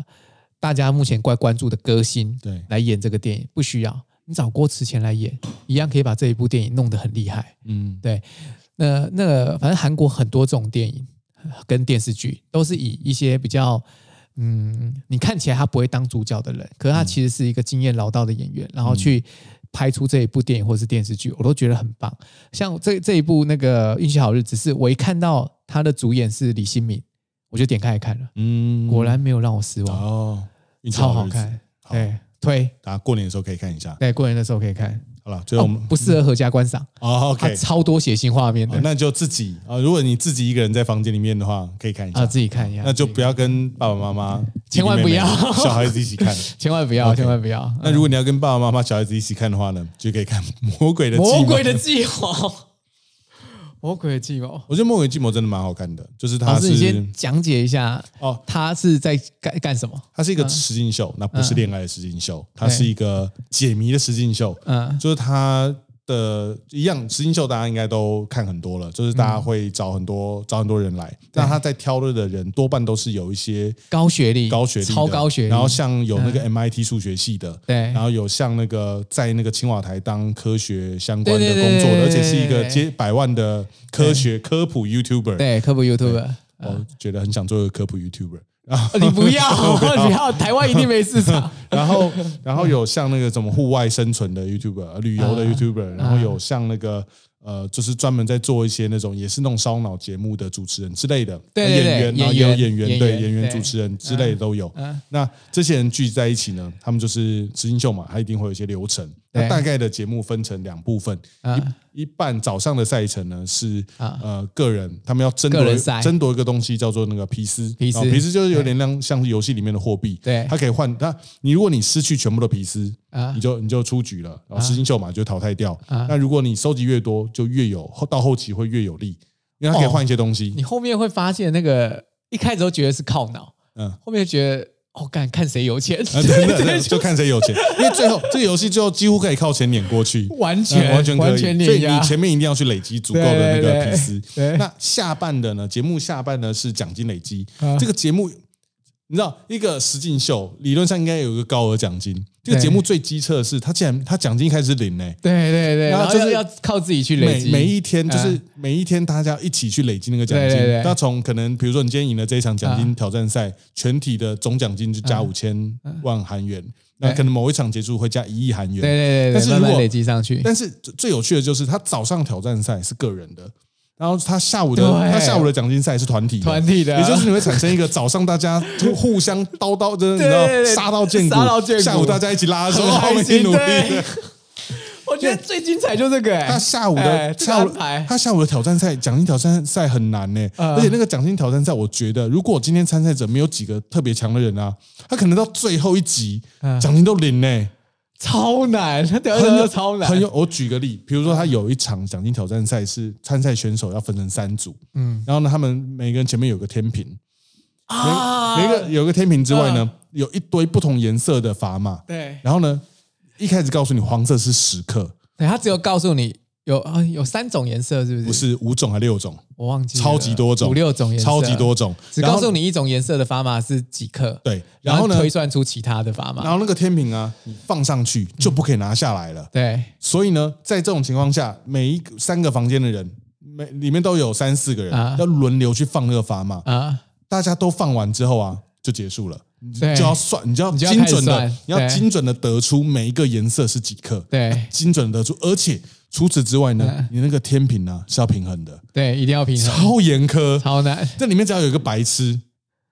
[SPEAKER 2] 大家目前怪关注的歌星，
[SPEAKER 1] 对
[SPEAKER 2] 来演这个电影，不需要，你找郭池前来演，一样可以把这一部电影弄得很厉害。
[SPEAKER 1] 嗯，
[SPEAKER 2] 对，那那个反正韩国很多这种电影跟电视剧都是以一些比较。嗯，你看起来他不会当主角的人，可是
[SPEAKER 1] 嗯
[SPEAKER 2] 他其实是一个经验老道的演员，然后去拍出这一部电影或是电视剧，我都觉得很棒。像这这一部那个《运气好日子》，是我一看到他的主演是李新民，我就点开来看了，
[SPEAKER 1] 嗯，
[SPEAKER 2] 果然没有让我失望，
[SPEAKER 1] 哦，运气
[SPEAKER 2] 超好
[SPEAKER 1] 日子，
[SPEAKER 2] 看。
[SPEAKER 1] 好
[SPEAKER 2] 对，推
[SPEAKER 1] 大家过年的时候可以看一下。
[SPEAKER 2] 对，过年的时候可以看，哦
[SPEAKER 1] 好了，最后我们
[SPEAKER 2] 不适合合家观赏，
[SPEAKER 1] 哦
[SPEAKER 2] 它
[SPEAKER 1] ，OK，
[SPEAKER 2] 超多血腥画面
[SPEAKER 1] 好
[SPEAKER 2] 的，
[SPEAKER 1] 那就自己啊，如果你自己一个人在房间里面的话，可以看一
[SPEAKER 2] 啊，
[SPEAKER 1] 下，
[SPEAKER 2] 自己看一下，
[SPEAKER 1] 那就
[SPEAKER 2] 自己看
[SPEAKER 1] 不要跟爸爸妈妈、
[SPEAKER 2] 千万不要
[SPEAKER 1] 弟弟妹妹小孩子一起 看。
[SPEAKER 2] 千万不要
[SPEAKER 1] OK
[SPEAKER 2] 千万不要。
[SPEAKER 1] 那如果你要跟爸爸妈妈、小孩子一起看的话呢，就可以看《魔鬼的计谋
[SPEAKER 2] 魔鬼的计 谋，魔鬼的计谋。
[SPEAKER 1] 我觉得《魔鬼计谋》真的蛮好看的，就是
[SPEAKER 2] 老
[SPEAKER 1] 它
[SPEAKER 2] 师，
[SPEAKER 1] 是
[SPEAKER 2] 你先讲哦解一下
[SPEAKER 1] 哦，
[SPEAKER 2] 他是在干干什么？
[SPEAKER 1] 它是一个实境秀，那不是恋爱的实境秀，它
[SPEAKER 2] 嗯对
[SPEAKER 1] 是一个解谜的实境秀。
[SPEAKER 2] 嗯
[SPEAKER 1] 就是它的一样，实境秀大家应该都看很多了，就是大家会找很
[SPEAKER 2] 嗯
[SPEAKER 1] 多找很多人来，那他在挑的人多半都是有一些
[SPEAKER 2] 高学历，
[SPEAKER 1] 高学历的，
[SPEAKER 2] 超高学历，嗯
[SPEAKER 1] 然后像有那个 MIT 数学系的，
[SPEAKER 2] 对
[SPEAKER 1] 然后有像那个在那个青瓦台当科学相关的
[SPEAKER 2] 对对对
[SPEAKER 1] 工作的，
[SPEAKER 2] 对对
[SPEAKER 1] 而且是一个
[SPEAKER 2] 对
[SPEAKER 1] 接百万的科学科普 YouTuber，
[SPEAKER 2] 对科普 YouTube，
[SPEAKER 1] 我觉得很想做一个科普 YouTuber。
[SPEAKER 2] 你不 要不要，台湾一定没市场。
[SPEAKER 1] 然后，然后有像那个什么户外生存的 YouTuber、呃旅
[SPEAKER 2] 啊
[SPEAKER 1] 游的 YouTuber，、然后有像那个呃，就是专门在做一些那种也是那种烧脑节目的主持人之类的，呃
[SPEAKER 2] 对对对
[SPEAKER 1] 演员，然后
[SPEAKER 2] 演
[SPEAKER 1] 也有演
[SPEAKER 2] 员
[SPEAKER 1] 员，
[SPEAKER 2] 演员
[SPEAKER 1] 对演员
[SPEAKER 2] 对
[SPEAKER 1] 主持人之类的都有。
[SPEAKER 2] 嗯
[SPEAKER 1] 那这些人聚在一起呢，他们就是执行秀嘛，他一定会有一些流程。
[SPEAKER 2] 对
[SPEAKER 1] 那大概的节目分成两部分，
[SPEAKER 2] 嗯
[SPEAKER 1] 一半早上的赛程呢是、
[SPEAKER 2] 啊
[SPEAKER 1] 呃个人，他们要争夺
[SPEAKER 2] 个人赛
[SPEAKER 1] 争夺一个东西叫做那个皮斯，
[SPEAKER 2] 皮斯
[SPEAKER 1] 然后皮斯就是有点像像是游戏里面的货币，
[SPEAKER 2] 对
[SPEAKER 1] 它可以换。它你如果你失去全部的皮斯，
[SPEAKER 2] 啊
[SPEAKER 1] 你就你就出局了，然后失金秀嘛就淘汰掉。
[SPEAKER 2] 啊
[SPEAKER 1] 那如果你收集越多，就越有后到后期会越有利，因为它可以
[SPEAKER 2] 哦
[SPEAKER 1] 换一些东西。
[SPEAKER 2] 你后面会发现，那个一开始都觉得是靠脑，
[SPEAKER 1] 嗯。
[SPEAKER 2] 后面觉得哦，干看谁有钱，
[SPEAKER 1] 啊，真
[SPEAKER 2] 对
[SPEAKER 1] 的
[SPEAKER 2] 对
[SPEAKER 1] 就看谁有钱，因为最后这个游戏最后几乎可以靠钱碾过去，
[SPEAKER 2] 完
[SPEAKER 1] 嗯
[SPEAKER 2] 全
[SPEAKER 1] 完全可以，所
[SPEAKER 2] 碾
[SPEAKER 1] 以
[SPEAKER 2] 压
[SPEAKER 1] 你。前面一定要去累积足够的那
[SPEAKER 2] 对
[SPEAKER 1] 个
[SPEAKER 2] 对
[SPEAKER 1] 皮斯。
[SPEAKER 2] 对
[SPEAKER 1] 那下半的呢？节目下半呢是奖金累积。
[SPEAKER 2] 啊
[SPEAKER 1] 这个节目你知道，一个实境秀理论上应该有一个高额奖金。这个节目最机车的是，他竟然他奖金一开始是零呢、
[SPEAKER 2] 对对对，
[SPEAKER 1] 然后
[SPEAKER 2] 然后
[SPEAKER 1] 就是
[SPEAKER 2] 要要靠自己去累
[SPEAKER 1] 每
[SPEAKER 2] 积，
[SPEAKER 1] 每一天就是
[SPEAKER 2] 嗯
[SPEAKER 1] 每一天，大家一起去累积那个奖金
[SPEAKER 2] 对对对。
[SPEAKER 1] 那从可能比如说你今天赢了这一场奖金
[SPEAKER 2] 啊
[SPEAKER 1] 挑战赛，全体的总奖金就加五千万韩元。那
[SPEAKER 2] 对
[SPEAKER 1] 可能某一场结束会加一亿韩元。
[SPEAKER 2] 啊对对对对，
[SPEAKER 1] 但是如
[SPEAKER 2] 慢慢
[SPEAKER 1] 果
[SPEAKER 2] 累积上去，
[SPEAKER 1] 但是最最有趣的就是，他早上挑战赛是个人的，然后他下午的
[SPEAKER 2] 对
[SPEAKER 1] 他下午的奖金赛是团体的
[SPEAKER 2] 团体的
[SPEAKER 1] 也就是你会产生一个早上大家就互相叨叨的，你
[SPEAKER 2] 对
[SPEAKER 1] 知道
[SPEAKER 2] 对对
[SPEAKER 1] 杀到见骨，
[SPEAKER 2] 杀到见骨
[SPEAKER 1] 下午大家一起拉手，
[SPEAKER 2] 很
[SPEAKER 1] 哦
[SPEAKER 2] 开
[SPEAKER 1] 我们一起
[SPEAKER 2] 心
[SPEAKER 1] 努力
[SPEAKER 2] 对。我觉得最精彩就这个、欸。
[SPEAKER 1] 他下午
[SPEAKER 2] 哎
[SPEAKER 1] 的
[SPEAKER 2] 这个
[SPEAKER 1] 下午
[SPEAKER 2] 安排，
[SPEAKER 1] 他下午的挑战赛奖金挑战赛很难呢，
[SPEAKER 2] 嗯
[SPEAKER 1] 而且那个奖金挑战赛，我觉得如果今天参赛者没有几个特别强的人啊，他可能到最后一集
[SPEAKER 2] 嗯
[SPEAKER 1] 奖金都零呢。
[SPEAKER 2] 超难，他表
[SPEAKER 1] 很
[SPEAKER 2] 演
[SPEAKER 1] 有
[SPEAKER 2] 的超难，
[SPEAKER 1] 很有，我举个例，比如说他有一场奖金挑战赛是参赛选手要分成三组，嗯，然后呢，他们每个人前面有个天平，
[SPEAKER 2] 啊，嗯
[SPEAKER 1] 每个有个天平之外呢，有一堆不同颜色的砝码，
[SPEAKER 2] 对，
[SPEAKER 1] 然后呢，一开始告诉你黄色是十克，
[SPEAKER 2] 对他只有告诉你有啊有三种颜色，是不是？
[SPEAKER 1] 不，是五种还六种，
[SPEAKER 2] 我忘记了
[SPEAKER 1] 超级多种，
[SPEAKER 2] 五六种颜色，
[SPEAKER 1] 超级，多种，
[SPEAKER 2] 只
[SPEAKER 1] 然
[SPEAKER 2] 告
[SPEAKER 1] 后
[SPEAKER 2] 诉你一种颜色的砝码是几克，，
[SPEAKER 1] 对，然
[SPEAKER 2] 然
[SPEAKER 1] 后呢，
[SPEAKER 2] 推算出其他的砝
[SPEAKER 1] 然
[SPEAKER 2] 码，
[SPEAKER 1] 后那个天平啊，你放上去就不可以拿下来了。
[SPEAKER 2] 对
[SPEAKER 1] 所以呢，在这种情况下，每一个三个房间的人，每里面都有三四个人、
[SPEAKER 2] 啊
[SPEAKER 1] 要轮流去放那个砝码，
[SPEAKER 2] 啊，
[SPEAKER 1] 大家都放完之后啊，就结束了。你就
[SPEAKER 2] 对
[SPEAKER 1] 要算，你就要
[SPEAKER 2] 就要
[SPEAKER 1] 精准的
[SPEAKER 2] 开始算，
[SPEAKER 1] 你要
[SPEAKER 2] 对
[SPEAKER 1] 精准的得出每一个颜色是几克，
[SPEAKER 2] 对嗯
[SPEAKER 1] 精准地得出。而且除此之外呢，你那个天平呢、是要平衡的，
[SPEAKER 2] 对，一定要平衡，
[SPEAKER 1] 超严苛。
[SPEAKER 2] 超难。
[SPEAKER 1] 这里面只要有一个白痴，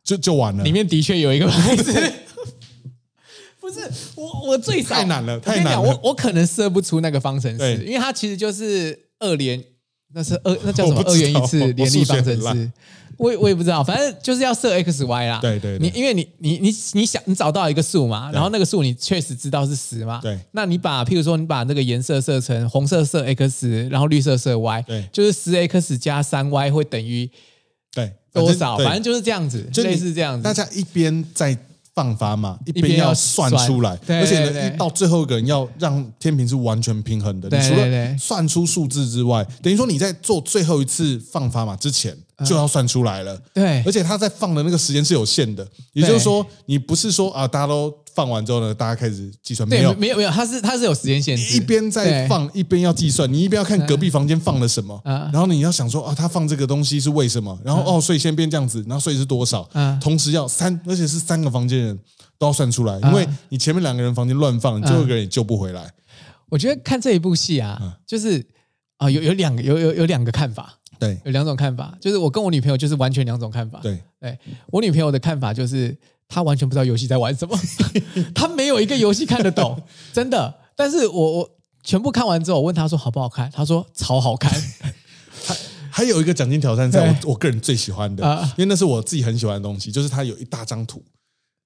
[SPEAKER 1] 就就完了
[SPEAKER 2] 里。面的确有一个牌子。 不是我，我最少
[SPEAKER 1] 太难了太
[SPEAKER 2] 我跟你
[SPEAKER 1] 难
[SPEAKER 2] 讲，
[SPEAKER 1] 了
[SPEAKER 2] 我我可能设不出那个方程
[SPEAKER 1] 对
[SPEAKER 2] 式，因为它其实就是二连，那是二， 那叫什么
[SPEAKER 1] 我不
[SPEAKER 2] 二
[SPEAKER 1] 知道
[SPEAKER 2] 元一次联立方程
[SPEAKER 1] 我数学很
[SPEAKER 2] 式。我也我也不知道，反正就是要设 x y 啦。
[SPEAKER 1] 对对对
[SPEAKER 2] 你因为你你你你想你找到一个数嘛，
[SPEAKER 1] 对
[SPEAKER 2] 然后那个数你确实知道是十嘛，
[SPEAKER 1] 对
[SPEAKER 2] 那你把譬如说你把那个颜色设成红色设 x，然后绿色设 y，
[SPEAKER 1] 对
[SPEAKER 2] 就是十 x 加三 y 会等于
[SPEAKER 1] 对，
[SPEAKER 2] 多少？
[SPEAKER 1] 对
[SPEAKER 2] 反正就是这样子，
[SPEAKER 1] 就你
[SPEAKER 2] 类似这样子。
[SPEAKER 1] 大家一边在放发嘛，一
[SPEAKER 2] 一
[SPEAKER 1] 边
[SPEAKER 2] 边要
[SPEAKER 1] 要算出来，
[SPEAKER 2] 算对
[SPEAKER 1] 而且
[SPEAKER 2] 对对
[SPEAKER 1] 呢，一到最后一个人要让天平是完全平衡的。
[SPEAKER 2] 对
[SPEAKER 1] 你除
[SPEAKER 2] 对对
[SPEAKER 1] 了算出数字之外，等于说你在做最后一次放发嘛之前就要算出来了。
[SPEAKER 2] 嗯对
[SPEAKER 1] 而且他在放的那个时间是有限的，也就是说，你不是说啊，大家都放完之后呢，大家开始计算，没
[SPEAKER 2] 对，
[SPEAKER 1] 有，
[SPEAKER 2] 没有没有，它是它是有时间限制，
[SPEAKER 1] 一边在放，一边要计算，你一边要看隔壁房间放了什么，
[SPEAKER 2] 嗯
[SPEAKER 1] 然后你要想说啊，他放这个东西是为什么？然
[SPEAKER 2] 啊
[SPEAKER 1] 后哦，所以先变这样子，然后所以是多少
[SPEAKER 2] 嗯？
[SPEAKER 1] 同时要三，而且是三个房间人都要算出来，因
[SPEAKER 2] 啊
[SPEAKER 1] 为你前面两个人房间乱放，最后一个人也救不回来。
[SPEAKER 2] 我觉得看这一部戏啊，
[SPEAKER 1] 嗯
[SPEAKER 2] 就是啊、有有两个有有有两个看法，
[SPEAKER 1] 对
[SPEAKER 2] 有两种看法，就是我跟我女朋友就是完全两种看法。
[SPEAKER 1] 对，
[SPEAKER 2] 我女朋友的看法就是，她完全不知道游戏在玩 什么，她没有一个游戏看得懂，真的。但是我我全部看完之后，我问她说好不好看，她说超好看。
[SPEAKER 1] 还有一个奖金挑战赛，
[SPEAKER 2] 对
[SPEAKER 1] 我我个人最喜欢的
[SPEAKER 2] 啊，
[SPEAKER 1] 因为那是我自己很喜欢的东西，就是它有一大张图，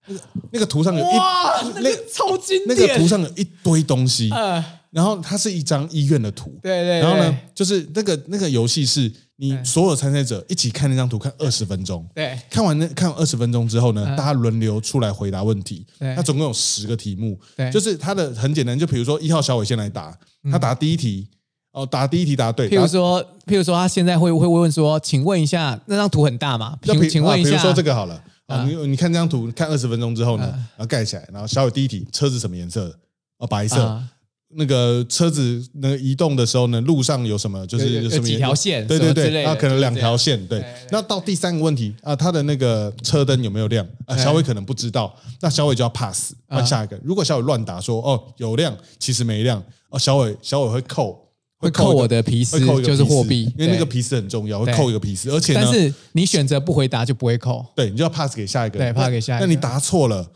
[SPEAKER 1] 那个那个图上有一
[SPEAKER 2] 哇，
[SPEAKER 1] 那
[SPEAKER 2] 那个超经
[SPEAKER 1] 那
[SPEAKER 2] 典。
[SPEAKER 1] 个图上有一堆东西，
[SPEAKER 2] 呃，
[SPEAKER 1] 然后它是一张医院的图，
[SPEAKER 2] 对对对
[SPEAKER 1] 然后呢，就是那个那个游戏是你所有参赛者一起看那张图，看二十分钟。
[SPEAKER 2] 对嗯
[SPEAKER 1] 看完那看二十分钟之后呢，大家轮流出来回答问题。
[SPEAKER 2] 对
[SPEAKER 1] 它总共有十个题目
[SPEAKER 2] 对，嗯
[SPEAKER 1] 就是它的很简单，就比如说一号小伟先来答，他答第一题，哦，答第一题答对，
[SPEAKER 2] 譬如说，譬如说，她现在会会问说，请问一下，那张图很大吗？
[SPEAKER 1] 答，就
[SPEAKER 2] 请
[SPEAKER 1] 比
[SPEAKER 2] 请问一
[SPEAKER 1] 啊比
[SPEAKER 2] 下，嗯
[SPEAKER 1] 如说这个好了，啊，你你看这张图，看二十分钟之后呢，然后盖起来，然后小伟第一题，车子什么颜色的？哦，白色。
[SPEAKER 2] 啊
[SPEAKER 1] 那个车子那个移动的时候呢，路上有什么就是
[SPEAKER 2] 有有
[SPEAKER 1] 有什么
[SPEAKER 2] 几条线
[SPEAKER 1] 对
[SPEAKER 2] 什么
[SPEAKER 1] 对
[SPEAKER 2] 之类
[SPEAKER 1] 对，
[SPEAKER 2] 的
[SPEAKER 1] 啊，可
[SPEAKER 2] 就是
[SPEAKER 1] 能两
[SPEAKER 2] 这样哎
[SPEAKER 1] 条线，对
[SPEAKER 2] 对对。
[SPEAKER 1] 那到第三个问题啊，他的那个车灯有没有亮啊？
[SPEAKER 2] 对
[SPEAKER 1] 小伟可能不知道，那小伟就要 pass
[SPEAKER 2] 啊
[SPEAKER 1] 换下一个。如果小伟乱答说哦有亮，其实没亮，哦小伟小伟会扣
[SPEAKER 2] 会
[SPEAKER 1] 扣
[SPEAKER 2] 扣
[SPEAKER 1] 一个
[SPEAKER 2] 我的皮
[SPEAKER 1] 会
[SPEAKER 2] 丝，
[SPEAKER 1] 扣一个
[SPEAKER 2] 就是
[SPEAKER 1] 皮丝
[SPEAKER 2] 货币，
[SPEAKER 1] 因为那个
[SPEAKER 2] 对
[SPEAKER 1] 皮丝很重要，会
[SPEAKER 2] 对
[SPEAKER 1] 扣一个皮丝，而且呢
[SPEAKER 2] 但，是你选择不回答就不会扣。
[SPEAKER 1] 对，你就要 pass 给下一个人，
[SPEAKER 2] 对，pass 给下一个
[SPEAKER 1] 那你答错了，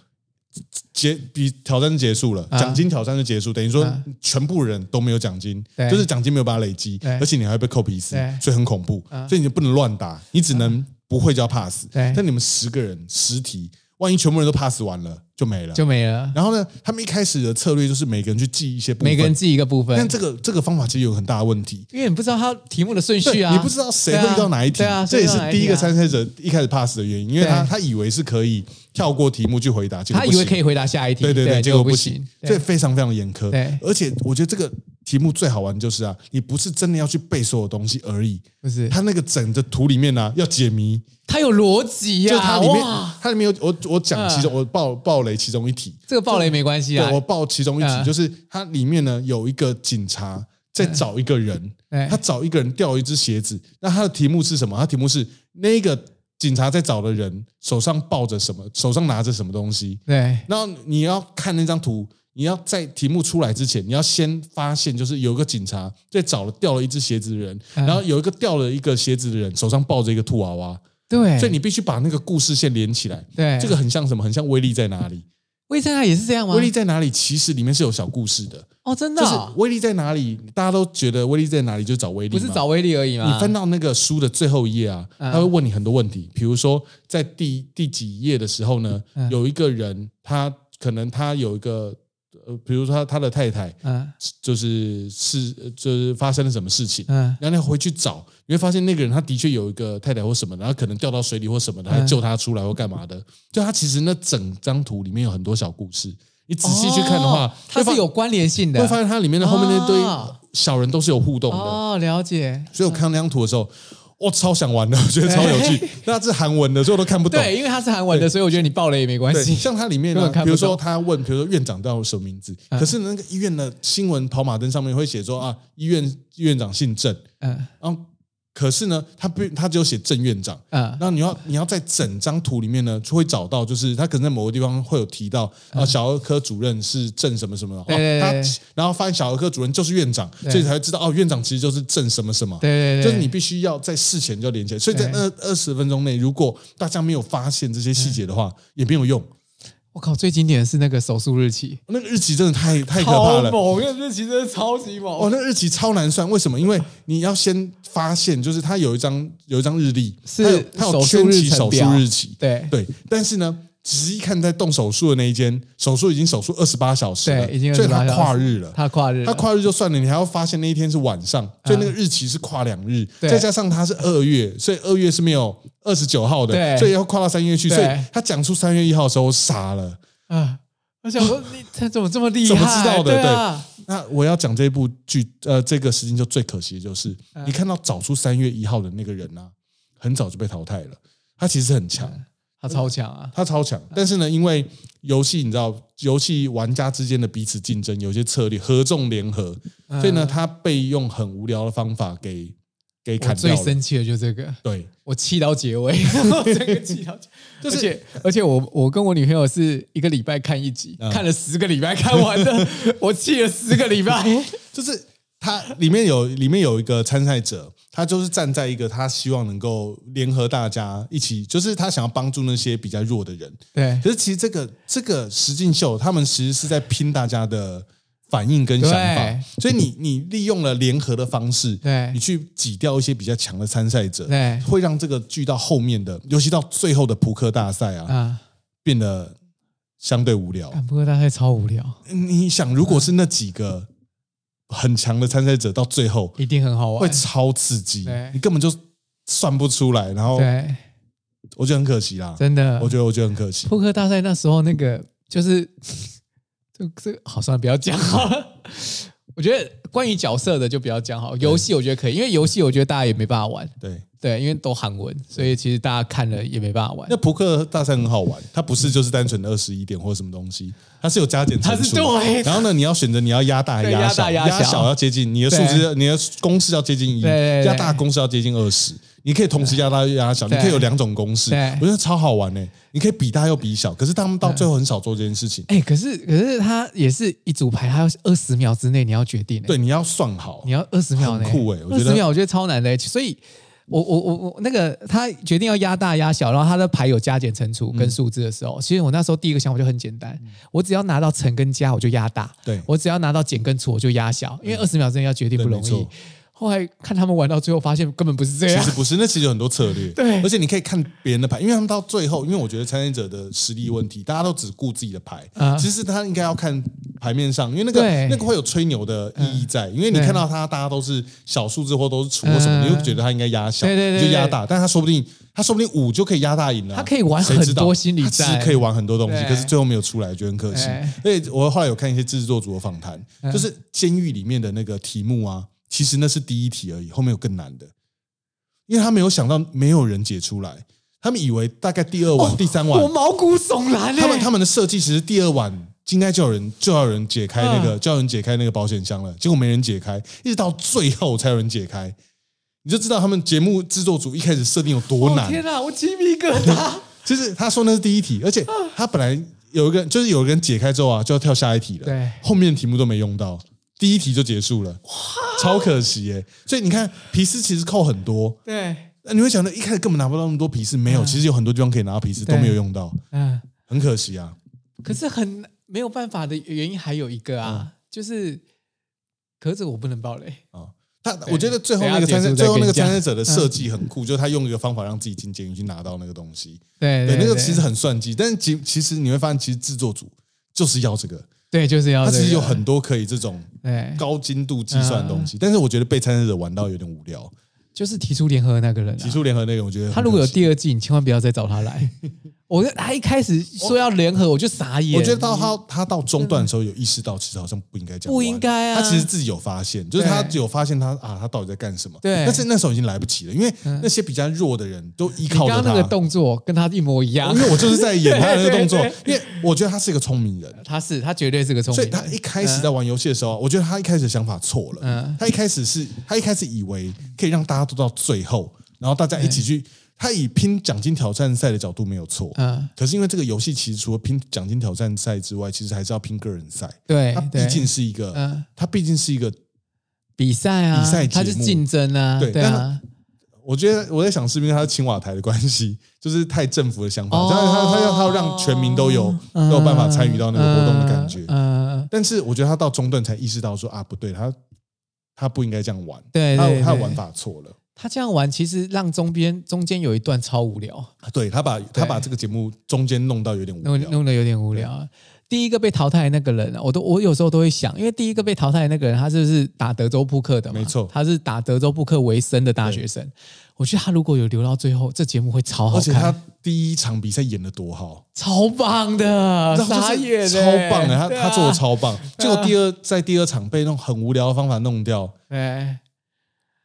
[SPEAKER 1] 结比挑战结束了，
[SPEAKER 2] 啊
[SPEAKER 1] 奖金挑战就结束，等于说
[SPEAKER 2] 啊
[SPEAKER 1] 全部人都没有奖金，
[SPEAKER 2] 对
[SPEAKER 1] 就是奖金没有办法累积
[SPEAKER 2] 对，
[SPEAKER 1] 而且你还会被扣皮丝
[SPEAKER 2] 对，啊
[SPEAKER 1] 所以很恐怖，所以你就不能乱答，你只能不会就要 pass。
[SPEAKER 2] 对
[SPEAKER 1] 但你们十个人十题，万一全部人都 pass 完了就没了。
[SPEAKER 2] 就没了。
[SPEAKER 1] 然后呢，他们一开始的策略就是每个人去记一些部分，
[SPEAKER 2] 每个人记一个部分
[SPEAKER 1] 但，这个这个方法其实有很大的问题，
[SPEAKER 2] 因为你不知道它题目的顺序啊，
[SPEAKER 1] 对你不知道谁会遇到哪一题，
[SPEAKER 2] 对啊，
[SPEAKER 1] 这
[SPEAKER 2] 对
[SPEAKER 1] 也
[SPEAKER 2] 啊
[SPEAKER 1] 是第一个参赛
[SPEAKER 2] 谁
[SPEAKER 1] 者一开始 pass 的原因，因为他
[SPEAKER 2] 对
[SPEAKER 1] 他以为是可以跳过题目去回答，结
[SPEAKER 2] 遇到
[SPEAKER 1] 果
[SPEAKER 2] 哪一题啊他
[SPEAKER 1] 不
[SPEAKER 2] 以
[SPEAKER 1] 行
[SPEAKER 2] 为可以回答下一题，
[SPEAKER 1] 对对
[SPEAKER 2] 对，
[SPEAKER 1] 结果
[SPEAKER 2] 不
[SPEAKER 1] 不行，所以
[SPEAKER 2] 对
[SPEAKER 1] 非常非常严苛。
[SPEAKER 2] 对
[SPEAKER 1] 而且我觉得这个题目最好玩就是啊，你不是真的要去背所有东西而已，
[SPEAKER 2] 不是
[SPEAKER 1] 它那个整个图里面呢、要解谜，
[SPEAKER 2] 它有逻辑
[SPEAKER 1] 就
[SPEAKER 2] 呀，
[SPEAKER 1] 是它里面
[SPEAKER 2] 哇嗯
[SPEAKER 1] 它里面有我我讲其中我爆爆雷其中一题，
[SPEAKER 2] 这个暴雷没关系啊
[SPEAKER 1] 对，我报其中一题，
[SPEAKER 2] 嗯
[SPEAKER 1] 就是它里面呢有一个警察在找一个人
[SPEAKER 2] 嗯，
[SPEAKER 1] 他找一个人掉一只鞋子，那他的题目是什么？他题目是那个警察在找的人手上抱着什么，手上拿着什么东西。
[SPEAKER 2] 对
[SPEAKER 1] 然后你要看那张图，你要在题目出来之前，你要先发现，就是有一个警察在找了掉了一只鞋子的人，
[SPEAKER 2] 嗯
[SPEAKER 1] 然后有一个掉了一个鞋子的人手上抱着一个兔娃娃，
[SPEAKER 2] 对，
[SPEAKER 1] 所以你必须把那个故事线连起来。
[SPEAKER 2] 对
[SPEAKER 1] 这个很像什么？很像威力在哪里？
[SPEAKER 2] 魏正啊也是这样吗？
[SPEAKER 1] 威力在哪里？其实里面是有小故事的，
[SPEAKER 2] 哦，真的
[SPEAKER 1] 就是
[SPEAKER 2] 哦
[SPEAKER 1] 威力在哪里？大家都觉得威力在哪里，就找威力
[SPEAKER 2] 不
[SPEAKER 1] 嘛。
[SPEAKER 2] 是找威力而已吗？
[SPEAKER 1] 你翻到那个书的最后一页啊，
[SPEAKER 2] 嗯
[SPEAKER 1] 他会问你很多问题，比如说在第第几页的时候呢，
[SPEAKER 2] 嗯
[SPEAKER 1] 有一个人他可能他有一个呃，比如说他他的太太
[SPEAKER 2] 嗯
[SPEAKER 1] 就是是呃就是发生了什么事情，
[SPEAKER 2] 嗯
[SPEAKER 1] 然后你回去找，你会发现那个人他的确有一个太太或什么，然后可能掉到水里或什么的，还
[SPEAKER 2] 嗯
[SPEAKER 1] 救他出来或干嘛的。就他其实那整张图里面有很多小故事，你仔细去看的话
[SPEAKER 2] 哦，它
[SPEAKER 1] 会发
[SPEAKER 2] 是有关联性的
[SPEAKER 1] 会发现它里面的后面那
[SPEAKER 2] 哦
[SPEAKER 1] 堆小人都是有互动的。
[SPEAKER 2] 哦，了解。
[SPEAKER 1] 所以我看到那张图的时候，我超想玩的，我觉得超有趣。那是韩文的，所以我都看不懂。
[SPEAKER 2] 对，因为它是韩文的，所以我觉得你爆雷也没关
[SPEAKER 1] 对，
[SPEAKER 2] 系。
[SPEAKER 1] 像它里面
[SPEAKER 2] 根
[SPEAKER 1] 呢
[SPEAKER 2] 本看，不
[SPEAKER 1] 比如
[SPEAKER 2] 懂嗯
[SPEAKER 1] 说他问，比如说院长叫什么名字，可是那个医院的新闻跑马灯上面会写说啊，医院院长姓郑，
[SPEAKER 2] 嗯
[SPEAKER 1] 然后可是呢，他不他只有写郑院长。
[SPEAKER 2] 嗯，
[SPEAKER 1] 那你 要你要在整张图里面呢，就会找到，就是他可能在某个地方会有提到啊，小儿科主任是郑什么什么，哦
[SPEAKER 2] 嗯对对对
[SPEAKER 1] 他
[SPEAKER 2] 对
[SPEAKER 1] 然后发现小儿科主任就是院长，
[SPEAKER 2] 对
[SPEAKER 1] 所以才会知道哦，院长其实就是郑什么什么，
[SPEAKER 2] 对对对，
[SPEAKER 1] 就是你必须要在事前就连起来，所以在
[SPEAKER 2] 对嗯
[SPEAKER 1] 二二十分钟内，如果大家没有发现这些细节的话，也没有用。
[SPEAKER 2] 我靠，最经典的是那个手术日期，
[SPEAKER 1] 那个日期真的太太可怕了，
[SPEAKER 2] 猛！那日期真的超级猛
[SPEAKER 1] 哦，那日期超难算。为什么？因为你要先发现，就是他有一张有一张日历，
[SPEAKER 2] 是
[SPEAKER 1] 它有它有
[SPEAKER 2] 手术
[SPEAKER 1] 圈
[SPEAKER 2] 日
[SPEAKER 1] 起
[SPEAKER 2] 程
[SPEAKER 1] 手术
[SPEAKER 2] 表
[SPEAKER 1] 日期，
[SPEAKER 2] 对
[SPEAKER 1] 对。但是呢，仔细看在动手术的那一间，手术已经手术二十八小时了，
[SPEAKER 2] 对已经
[SPEAKER 1] 所以
[SPEAKER 2] 28
[SPEAKER 1] 他
[SPEAKER 2] 小时
[SPEAKER 1] 跨日了。
[SPEAKER 2] 他跨日了，
[SPEAKER 1] 他跨日就算了，你还要发现那一天是晚上，所以那个日期是跨两日，
[SPEAKER 2] 嗯对
[SPEAKER 1] 再加上他是二月，所以二月是没有二十九号的，
[SPEAKER 2] 对
[SPEAKER 1] 所以要跨到三月去。
[SPEAKER 2] 对
[SPEAKER 1] 所以他讲出三月一号的时候，我傻了。
[SPEAKER 2] 啊！我 想说，你他怎么这么厉害？
[SPEAKER 1] 怎么知道的
[SPEAKER 2] 对啊，
[SPEAKER 1] 那我要讲这部剧，呃，这个实境秀最可惜的就是，
[SPEAKER 2] 嗯
[SPEAKER 1] 你看到找出三月一号的那个人啊，很早就被淘汰了。他其实很强，
[SPEAKER 2] 嗯他超强啊！
[SPEAKER 1] 他超强，但是呢，因为游戏你知道，游戏玩家之间的彼此竞争，有些策略合纵联合，
[SPEAKER 2] 嗯
[SPEAKER 1] 所以呢，他被用很无聊的方法给给
[SPEAKER 2] 我
[SPEAKER 1] 砍掉
[SPEAKER 2] 最
[SPEAKER 1] 了。
[SPEAKER 2] 生气的就是这个，
[SPEAKER 1] 对，
[SPEAKER 2] 我气到结尾， 我整个气到结
[SPEAKER 1] 就
[SPEAKER 2] 尾，
[SPEAKER 1] 是
[SPEAKER 2] 而且而且我我跟我女朋友是一个礼拜看一集，
[SPEAKER 1] 嗯
[SPEAKER 2] 看了十个礼拜看完的，我气了十个 礼拜。
[SPEAKER 1] 就是他里面有里面有一个参赛者，他就是站在一个他希望能够联合大家一起，就是他想要帮助那些比较弱的人。
[SPEAKER 2] 对
[SPEAKER 1] 可是其实这个这个实境秀，他们其实是在拼大家的反应跟想法
[SPEAKER 2] 对，
[SPEAKER 1] 所以你你利用了联合的方式，
[SPEAKER 2] 对
[SPEAKER 1] 你去挤掉一些比较强的参赛者，
[SPEAKER 2] 对
[SPEAKER 1] 会让这个剧到后面的，尤其到最后的扑克大赛啊，
[SPEAKER 2] 啊，
[SPEAKER 1] 变得相对无聊。
[SPEAKER 2] 干不过大概超无聊，
[SPEAKER 1] 你想，如果是那几
[SPEAKER 2] 啊
[SPEAKER 1] 个很强的参赛者到最后
[SPEAKER 2] 一定很好
[SPEAKER 1] 会
[SPEAKER 2] 玩。
[SPEAKER 1] 超刺激
[SPEAKER 2] 对，
[SPEAKER 1] 你根本就算不出来，然后
[SPEAKER 2] 对，
[SPEAKER 1] 我觉得很可惜啦，
[SPEAKER 2] 真的，
[SPEAKER 1] 我觉得我觉得很可惜。
[SPEAKER 2] 扑克大赛那时候那个就是，这这好，算了，不要讲好了。 我觉得关于角色的就不要讲好，游戏我觉得可以，因为游戏我觉得大家也没办法玩，
[SPEAKER 1] 对，
[SPEAKER 2] 对，因为都韩文，所以其实大家看了也没办法玩
[SPEAKER 1] 那。扑克大赛很好玩，它不是就是单纯的二十一点或者什么东西，它是有加减乘
[SPEAKER 2] 它是
[SPEAKER 1] 数。
[SPEAKER 2] 对
[SPEAKER 1] 然后呢，你要选择你要压大还是
[SPEAKER 2] 对
[SPEAKER 1] 压
[SPEAKER 2] 压
[SPEAKER 1] 小，
[SPEAKER 2] 大压小
[SPEAKER 1] 要接近你的数字，你的公式要接近一，
[SPEAKER 2] 对对对
[SPEAKER 1] 压大的公式要接近二十。你可以同时压大压小，你
[SPEAKER 2] 对
[SPEAKER 1] 可以有两种公式
[SPEAKER 2] 对，
[SPEAKER 1] 我觉得超好玩呢、你可以比大又比小，可是他们到最后很少做这件事情。
[SPEAKER 2] 哎、可是可是他也是一组牌，他要二十秒之内你要决定、欸，
[SPEAKER 1] 对，你要算好
[SPEAKER 2] 你。要二十秒呢、
[SPEAKER 1] 很酷欸我觉
[SPEAKER 2] 二
[SPEAKER 1] 得
[SPEAKER 2] 十秒我觉得超难的欸、所以我我我我那个他决定要压大压小，然后他的牌有加减乘除
[SPEAKER 1] 嗯
[SPEAKER 2] 跟数字的时候，其实我那时候第一个想法就很简单，我只要拿到乘跟加我就压大，
[SPEAKER 1] 对嗯
[SPEAKER 2] 我只要拿到减跟除我就压小，因为二十秒之内要决定不容
[SPEAKER 1] 对没
[SPEAKER 2] 易
[SPEAKER 1] 错。
[SPEAKER 2] 后来看他们玩到最后，发现根本不是这
[SPEAKER 1] 其
[SPEAKER 2] 样
[SPEAKER 1] 实，不是，那其实有很多策略。
[SPEAKER 2] 对
[SPEAKER 1] 而且你可以看别人的牌，因为他们到最后，因为我觉得参赛者的实力问题，大家都只顾自己的牌。
[SPEAKER 2] 啊
[SPEAKER 1] 其实他应该要看牌面上，因为那个
[SPEAKER 2] 对
[SPEAKER 1] 那个会有吹牛的意义在，因为你
[SPEAKER 2] 对
[SPEAKER 1] 看到他大家都是小数字或都是除或什么，
[SPEAKER 2] 嗯
[SPEAKER 1] 你就觉得他应该压小，
[SPEAKER 2] 对对对
[SPEAKER 1] 你就压大，但他说不定他说不定五就可以压大赢了、
[SPEAKER 2] 他可以玩
[SPEAKER 1] 谁知道
[SPEAKER 2] 很多心理战
[SPEAKER 1] 他其实可以玩很多东西，
[SPEAKER 2] 对
[SPEAKER 1] 可是最后没有出来，觉得很可惜
[SPEAKER 2] 对。嗯
[SPEAKER 1] 而且我后来有看一些制作组的访谈，就是监狱里面的那个题目啊，其实那是第一题而已，后面有更难的。因为他没有想到没有人解出来，他们以为大概第二晚、第三晚
[SPEAKER 2] 哦 我，毛骨悚然、欸。
[SPEAKER 1] 他们他们的设计其实第二晚应该就有人就要有人解开那个、
[SPEAKER 2] 嗯
[SPEAKER 1] 就要有人解开那个保险箱了，结果没人解开，一直到最后才有人解开，你就知道他们节目制作组一开始设定有多
[SPEAKER 2] 哦
[SPEAKER 1] 难。
[SPEAKER 2] 天啊，我鸡皮疙 瘩。
[SPEAKER 1] 就是他说那是第一题，而且他本来有一个就是有一个人解开之后啊，就要跳下一题了，
[SPEAKER 2] 对
[SPEAKER 1] 后面的题目都没用到，第一题就结束了，超可惜耶、所以你看皮斯其实扣很多，
[SPEAKER 2] 对，
[SPEAKER 1] 那你会想到一开始根本拿不到那么多皮试，没有，其实有很多地方可以拿到皮试，
[SPEAKER 2] 嗯对
[SPEAKER 1] 都没有用到，
[SPEAKER 2] 嗯。
[SPEAKER 1] 很可惜啊。
[SPEAKER 2] 可是很没有办法的原因还有一个啊，就是，可是这个我不能爆雷。
[SPEAKER 1] 啊，他我觉得最后那个
[SPEAKER 2] 等
[SPEAKER 1] 参
[SPEAKER 2] 一
[SPEAKER 1] 赛
[SPEAKER 2] 下结束再跟你讲嗯
[SPEAKER 1] 最后那个参赛者的设计很酷，就是他用一个方法让自己进监狱去拿到那个东西，
[SPEAKER 2] 对
[SPEAKER 1] 对，那个其实很算计，但是其其实你会发现，其实制作组就是要这个，
[SPEAKER 2] 哦对，嗯就是要
[SPEAKER 1] 他其
[SPEAKER 2] 这
[SPEAKER 1] 实
[SPEAKER 2] 个
[SPEAKER 1] 有很多可以这种
[SPEAKER 2] 对，
[SPEAKER 1] 高精度计算的东西，但是我觉得被参赛者玩到有点无聊。
[SPEAKER 2] 就是提出联合的那个人啊、
[SPEAKER 1] 提出联合那个，我觉得
[SPEAKER 2] 嗯他如果有
[SPEAKER 1] 很可惜
[SPEAKER 2] 第二季，你千万不要再找他来。我他一开始说要联合，我就傻眼。
[SPEAKER 1] 我觉得到他他到中段的时候有意识到，其实好像不应该这样玩，
[SPEAKER 2] 不应该啊
[SPEAKER 1] 他其实自己有发现，就是他有发现他啊，他到底在干什么？
[SPEAKER 2] 对嗯
[SPEAKER 1] 但是那时候已经来不及了，因为那些比较弱的人都依
[SPEAKER 2] 你
[SPEAKER 1] 靠
[SPEAKER 2] 刚
[SPEAKER 1] 着
[SPEAKER 2] 刚那
[SPEAKER 1] 他
[SPEAKER 2] 个。动作跟他一模一样
[SPEAKER 1] 因，为我就是在演他的那个动作 因
[SPEAKER 2] 对，
[SPEAKER 1] 为我觉得他是一个聪明人，
[SPEAKER 2] 他是他绝对是个聪
[SPEAKER 1] 所
[SPEAKER 2] 明
[SPEAKER 1] 以
[SPEAKER 2] 人，
[SPEAKER 1] 他一开始在玩游戏的时候，我觉得他一开始的想法错了。
[SPEAKER 2] 嗯
[SPEAKER 1] 他一开始是，他一开始以为可以让大家都到最后，然后大家一起去。他以拼奖金挑战赛的角度没有错，
[SPEAKER 2] 嗯
[SPEAKER 1] 可是因为这个游戏其实除了拼奖金挑战赛之外，其实还是要拼个人赛。
[SPEAKER 2] 对
[SPEAKER 1] 它毕
[SPEAKER 2] 哎对
[SPEAKER 1] 竟是一个，
[SPEAKER 2] 嗯
[SPEAKER 1] 它毕竟是一个，
[SPEAKER 2] 比赛啊，
[SPEAKER 1] 比赛节目
[SPEAKER 2] 他是竞争啊，
[SPEAKER 1] 对
[SPEAKER 2] 对啊，
[SPEAKER 1] 我觉得我在想是不是它是青瓦台的关系，就是太政府的想法，
[SPEAKER 2] 哦
[SPEAKER 1] 但是它它要它要让全民都有都有办法参与到那个活动的感觉。
[SPEAKER 2] 嗯，嗯
[SPEAKER 1] 但是我觉得他到中段才意识到说啊，不对，他他不应该这样玩，
[SPEAKER 2] 对对
[SPEAKER 1] 他
[SPEAKER 2] 对
[SPEAKER 1] 他的玩法错了。
[SPEAKER 2] 他这样玩，其实让中边中间有一段超无聊，
[SPEAKER 1] 对他把他把这个节目中间弄到有点无
[SPEAKER 2] 弄
[SPEAKER 1] 聊，
[SPEAKER 2] 弄得有点无聊啊。第一个被淘汰的那个人啊，我都我有时候都会想，因为第一个被淘汰的那个人，他就是打德州扑克的嘛，
[SPEAKER 1] 没错
[SPEAKER 2] 他是打德州扑克为生的大学生。我觉得他如果有留到最后，这节目会超好
[SPEAKER 1] 而且他
[SPEAKER 2] 看，
[SPEAKER 1] 第一场比赛演的多好，
[SPEAKER 2] 超棒的，
[SPEAKER 1] 然后就是
[SPEAKER 2] 啊傻眼
[SPEAKER 1] 超
[SPEAKER 2] 欸，
[SPEAKER 1] 棒的，他
[SPEAKER 2] 对啊
[SPEAKER 1] 他做的，超棒。结果第二在第二场被那种很无聊的方法弄掉。
[SPEAKER 2] 哎，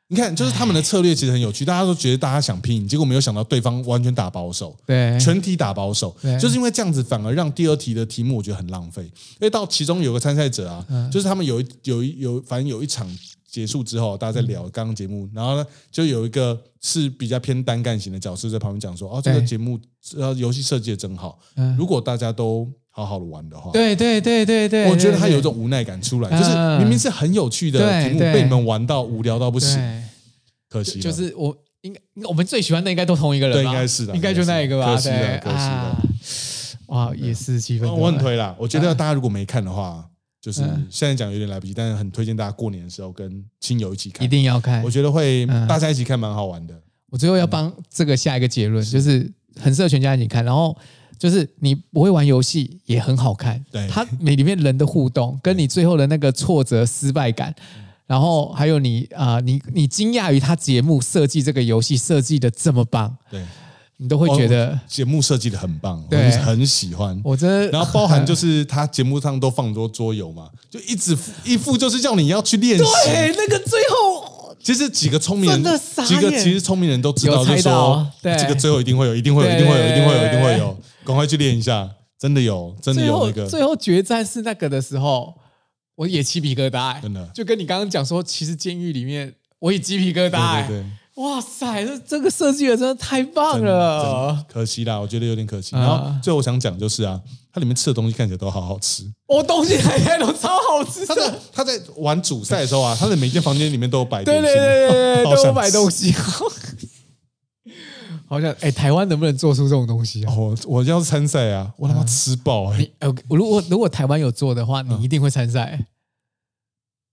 [SPEAKER 1] 你看，就是他们的策略其实很有趣，大家都觉得大家想拼，结果没有想到对方完全打保守，
[SPEAKER 2] 对，
[SPEAKER 1] 全体打保守
[SPEAKER 2] 对，
[SPEAKER 1] 就是因为这样子反而让第二题的题目我觉得很浪费。因为到其中有个参赛者啊，
[SPEAKER 2] 嗯
[SPEAKER 1] 就是他们有一有一有，反正有一场结束之后，大家在
[SPEAKER 2] 嗯
[SPEAKER 1] 聊刚刚节目，然后呢就有一个是比较偏单干型的角色在旁边讲说：“哦，这个
[SPEAKER 2] 对
[SPEAKER 1] 节目呃游戏设计的真好，
[SPEAKER 2] 嗯
[SPEAKER 1] 如果大家都好好的玩的话。”
[SPEAKER 2] 对对对对
[SPEAKER 1] 我
[SPEAKER 2] 对，
[SPEAKER 1] 觉得
[SPEAKER 2] 对
[SPEAKER 1] 他有一种无奈感出来，
[SPEAKER 2] 嗯
[SPEAKER 1] 就是明明是很有趣的
[SPEAKER 2] 对
[SPEAKER 1] 题目，
[SPEAKER 2] 对
[SPEAKER 1] 被你们玩到无聊到不
[SPEAKER 2] 对
[SPEAKER 1] 行，可惜
[SPEAKER 2] 对
[SPEAKER 1] 了
[SPEAKER 2] 就是我应该我们最喜欢的应该都同一个人吧，
[SPEAKER 1] 对应该是啦
[SPEAKER 2] 应该就那一个吧，
[SPEAKER 1] 可惜啦
[SPEAKER 2] 对
[SPEAKER 1] 可惜啦
[SPEAKER 2] 啊哇，也是气氛，
[SPEAKER 1] 哦我很推啦。我觉
[SPEAKER 2] 嗯
[SPEAKER 1] 得大家如果没看的话，就是现在讲有点来不及，但是很推荐大家过年的时候跟亲友一起看，
[SPEAKER 2] 一定要看
[SPEAKER 1] 我。觉得会
[SPEAKER 2] 嗯
[SPEAKER 1] 大家一起看蛮好玩的。
[SPEAKER 2] 我最后要帮这个下一个结论，就是很适合全家一起看，然后。就是你不会玩游戏也很好看，
[SPEAKER 1] 对
[SPEAKER 2] 它每里面人的互动，跟你最后的那个挫折、失败感，
[SPEAKER 1] 嗯
[SPEAKER 2] 然后还有你啊、你你惊讶于他节目设计这个游戏设计的这么棒，
[SPEAKER 1] 对，
[SPEAKER 2] 你都会
[SPEAKER 1] 哦
[SPEAKER 2] 觉得、
[SPEAKER 1] 节目设计的很棒，我
[SPEAKER 2] 对
[SPEAKER 1] 很喜欢。
[SPEAKER 2] 我真的。
[SPEAKER 1] 然后包含 就是他节目上都放很多桌游嘛，就一直一副就是叫你要去练习。
[SPEAKER 2] 对那个最后
[SPEAKER 1] 其实几个聪明人
[SPEAKER 2] 真的傻，眼
[SPEAKER 1] 几个其实聪明人都知道，
[SPEAKER 2] 有
[SPEAKER 1] 就
[SPEAKER 2] 猜
[SPEAKER 1] 是
[SPEAKER 2] 到
[SPEAKER 1] 说
[SPEAKER 2] 对
[SPEAKER 1] 这个最后一定会有，一定会有，
[SPEAKER 2] 对
[SPEAKER 1] 一定会有，
[SPEAKER 2] 对
[SPEAKER 1] 一定会有，
[SPEAKER 2] 对
[SPEAKER 1] 一定会有，赶快去练一下，真的有，真的
[SPEAKER 2] 最
[SPEAKER 1] 有
[SPEAKER 2] 后
[SPEAKER 1] 那个，
[SPEAKER 2] 最后决战是那个的时候，我也鸡皮疙瘩、欸，
[SPEAKER 1] 真的
[SPEAKER 2] 就跟你刚刚讲说，其实监狱里面我也鸡皮疙瘩、欸，
[SPEAKER 1] 对对对，
[SPEAKER 2] 哇塞，这这个设计的真的太棒
[SPEAKER 1] 真的真的
[SPEAKER 2] 了，
[SPEAKER 1] 可惜啦，我觉得有点可惜。
[SPEAKER 2] 啊
[SPEAKER 1] 然后最后我想讲就是啊，它里面吃的东西看起来都好好吃。
[SPEAKER 2] 我、哦东西还看都超好吃
[SPEAKER 1] 他在
[SPEAKER 2] 的，
[SPEAKER 1] 他在玩主赛的时候啊，他的每间房间里面都有摆
[SPEAKER 2] 对
[SPEAKER 1] 点
[SPEAKER 2] 对
[SPEAKER 1] 心，
[SPEAKER 2] 对对
[SPEAKER 1] 好想
[SPEAKER 2] 对，都
[SPEAKER 1] 吃
[SPEAKER 2] 有买东西， 好像哎、台湾能不能做出这种东西啊？
[SPEAKER 1] 哦我我要是参赛啊，我他妈吃爆哎、
[SPEAKER 2] 你呃，我如果如果台湾有做的话，你
[SPEAKER 1] 嗯
[SPEAKER 2] 一定会参赛。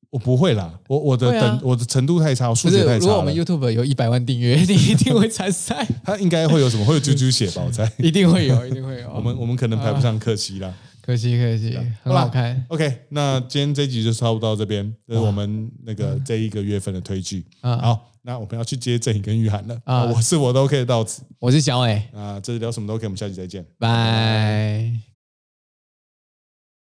[SPEAKER 1] 我不会啦，我我的
[SPEAKER 2] 会啊
[SPEAKER 1] 等我的程度太差，我数
[SPEAKER 2] 不
[SPEAKER 1] 学
[SPEAKER 2] 是
[SPEAKER 1] 太，
[SPEAKER 2] 如果我
[SPEAKER 1] 差
[SPEAKER 2] 们
[SPEAKER 1] 了。
[SPEAKER 2] YouTube 有一百万订阅，你一定会参 赛，
[SPEAKER 1] 他应该会有什么？会有啾啾血吧？我猜。
[SPEAKER 2] 一定会有，一定会有。
[SPEAKER 1] 我们我们可能排不上客气啦。
[SPEAKER 2] 可惜可惜，很好看
[SPEAKER 1] OK，那今天这集就差不多到这边，这是我们那个这一个月份的推剧。
[SPEAKER 2] 嗯啊！
[SPEAKER 1] 好，那我们要去接郑颖跟玉涵了。
[SPEAKER 2] 啊
[SPEAKER 1] 啊，我是我都 OK 到此。
[SPEAKER 2] 我是小伟，
[SPEAKER 1] 啊，这是聊什么都 OK，我们下期再见。
[SPEAKER 2] 拜。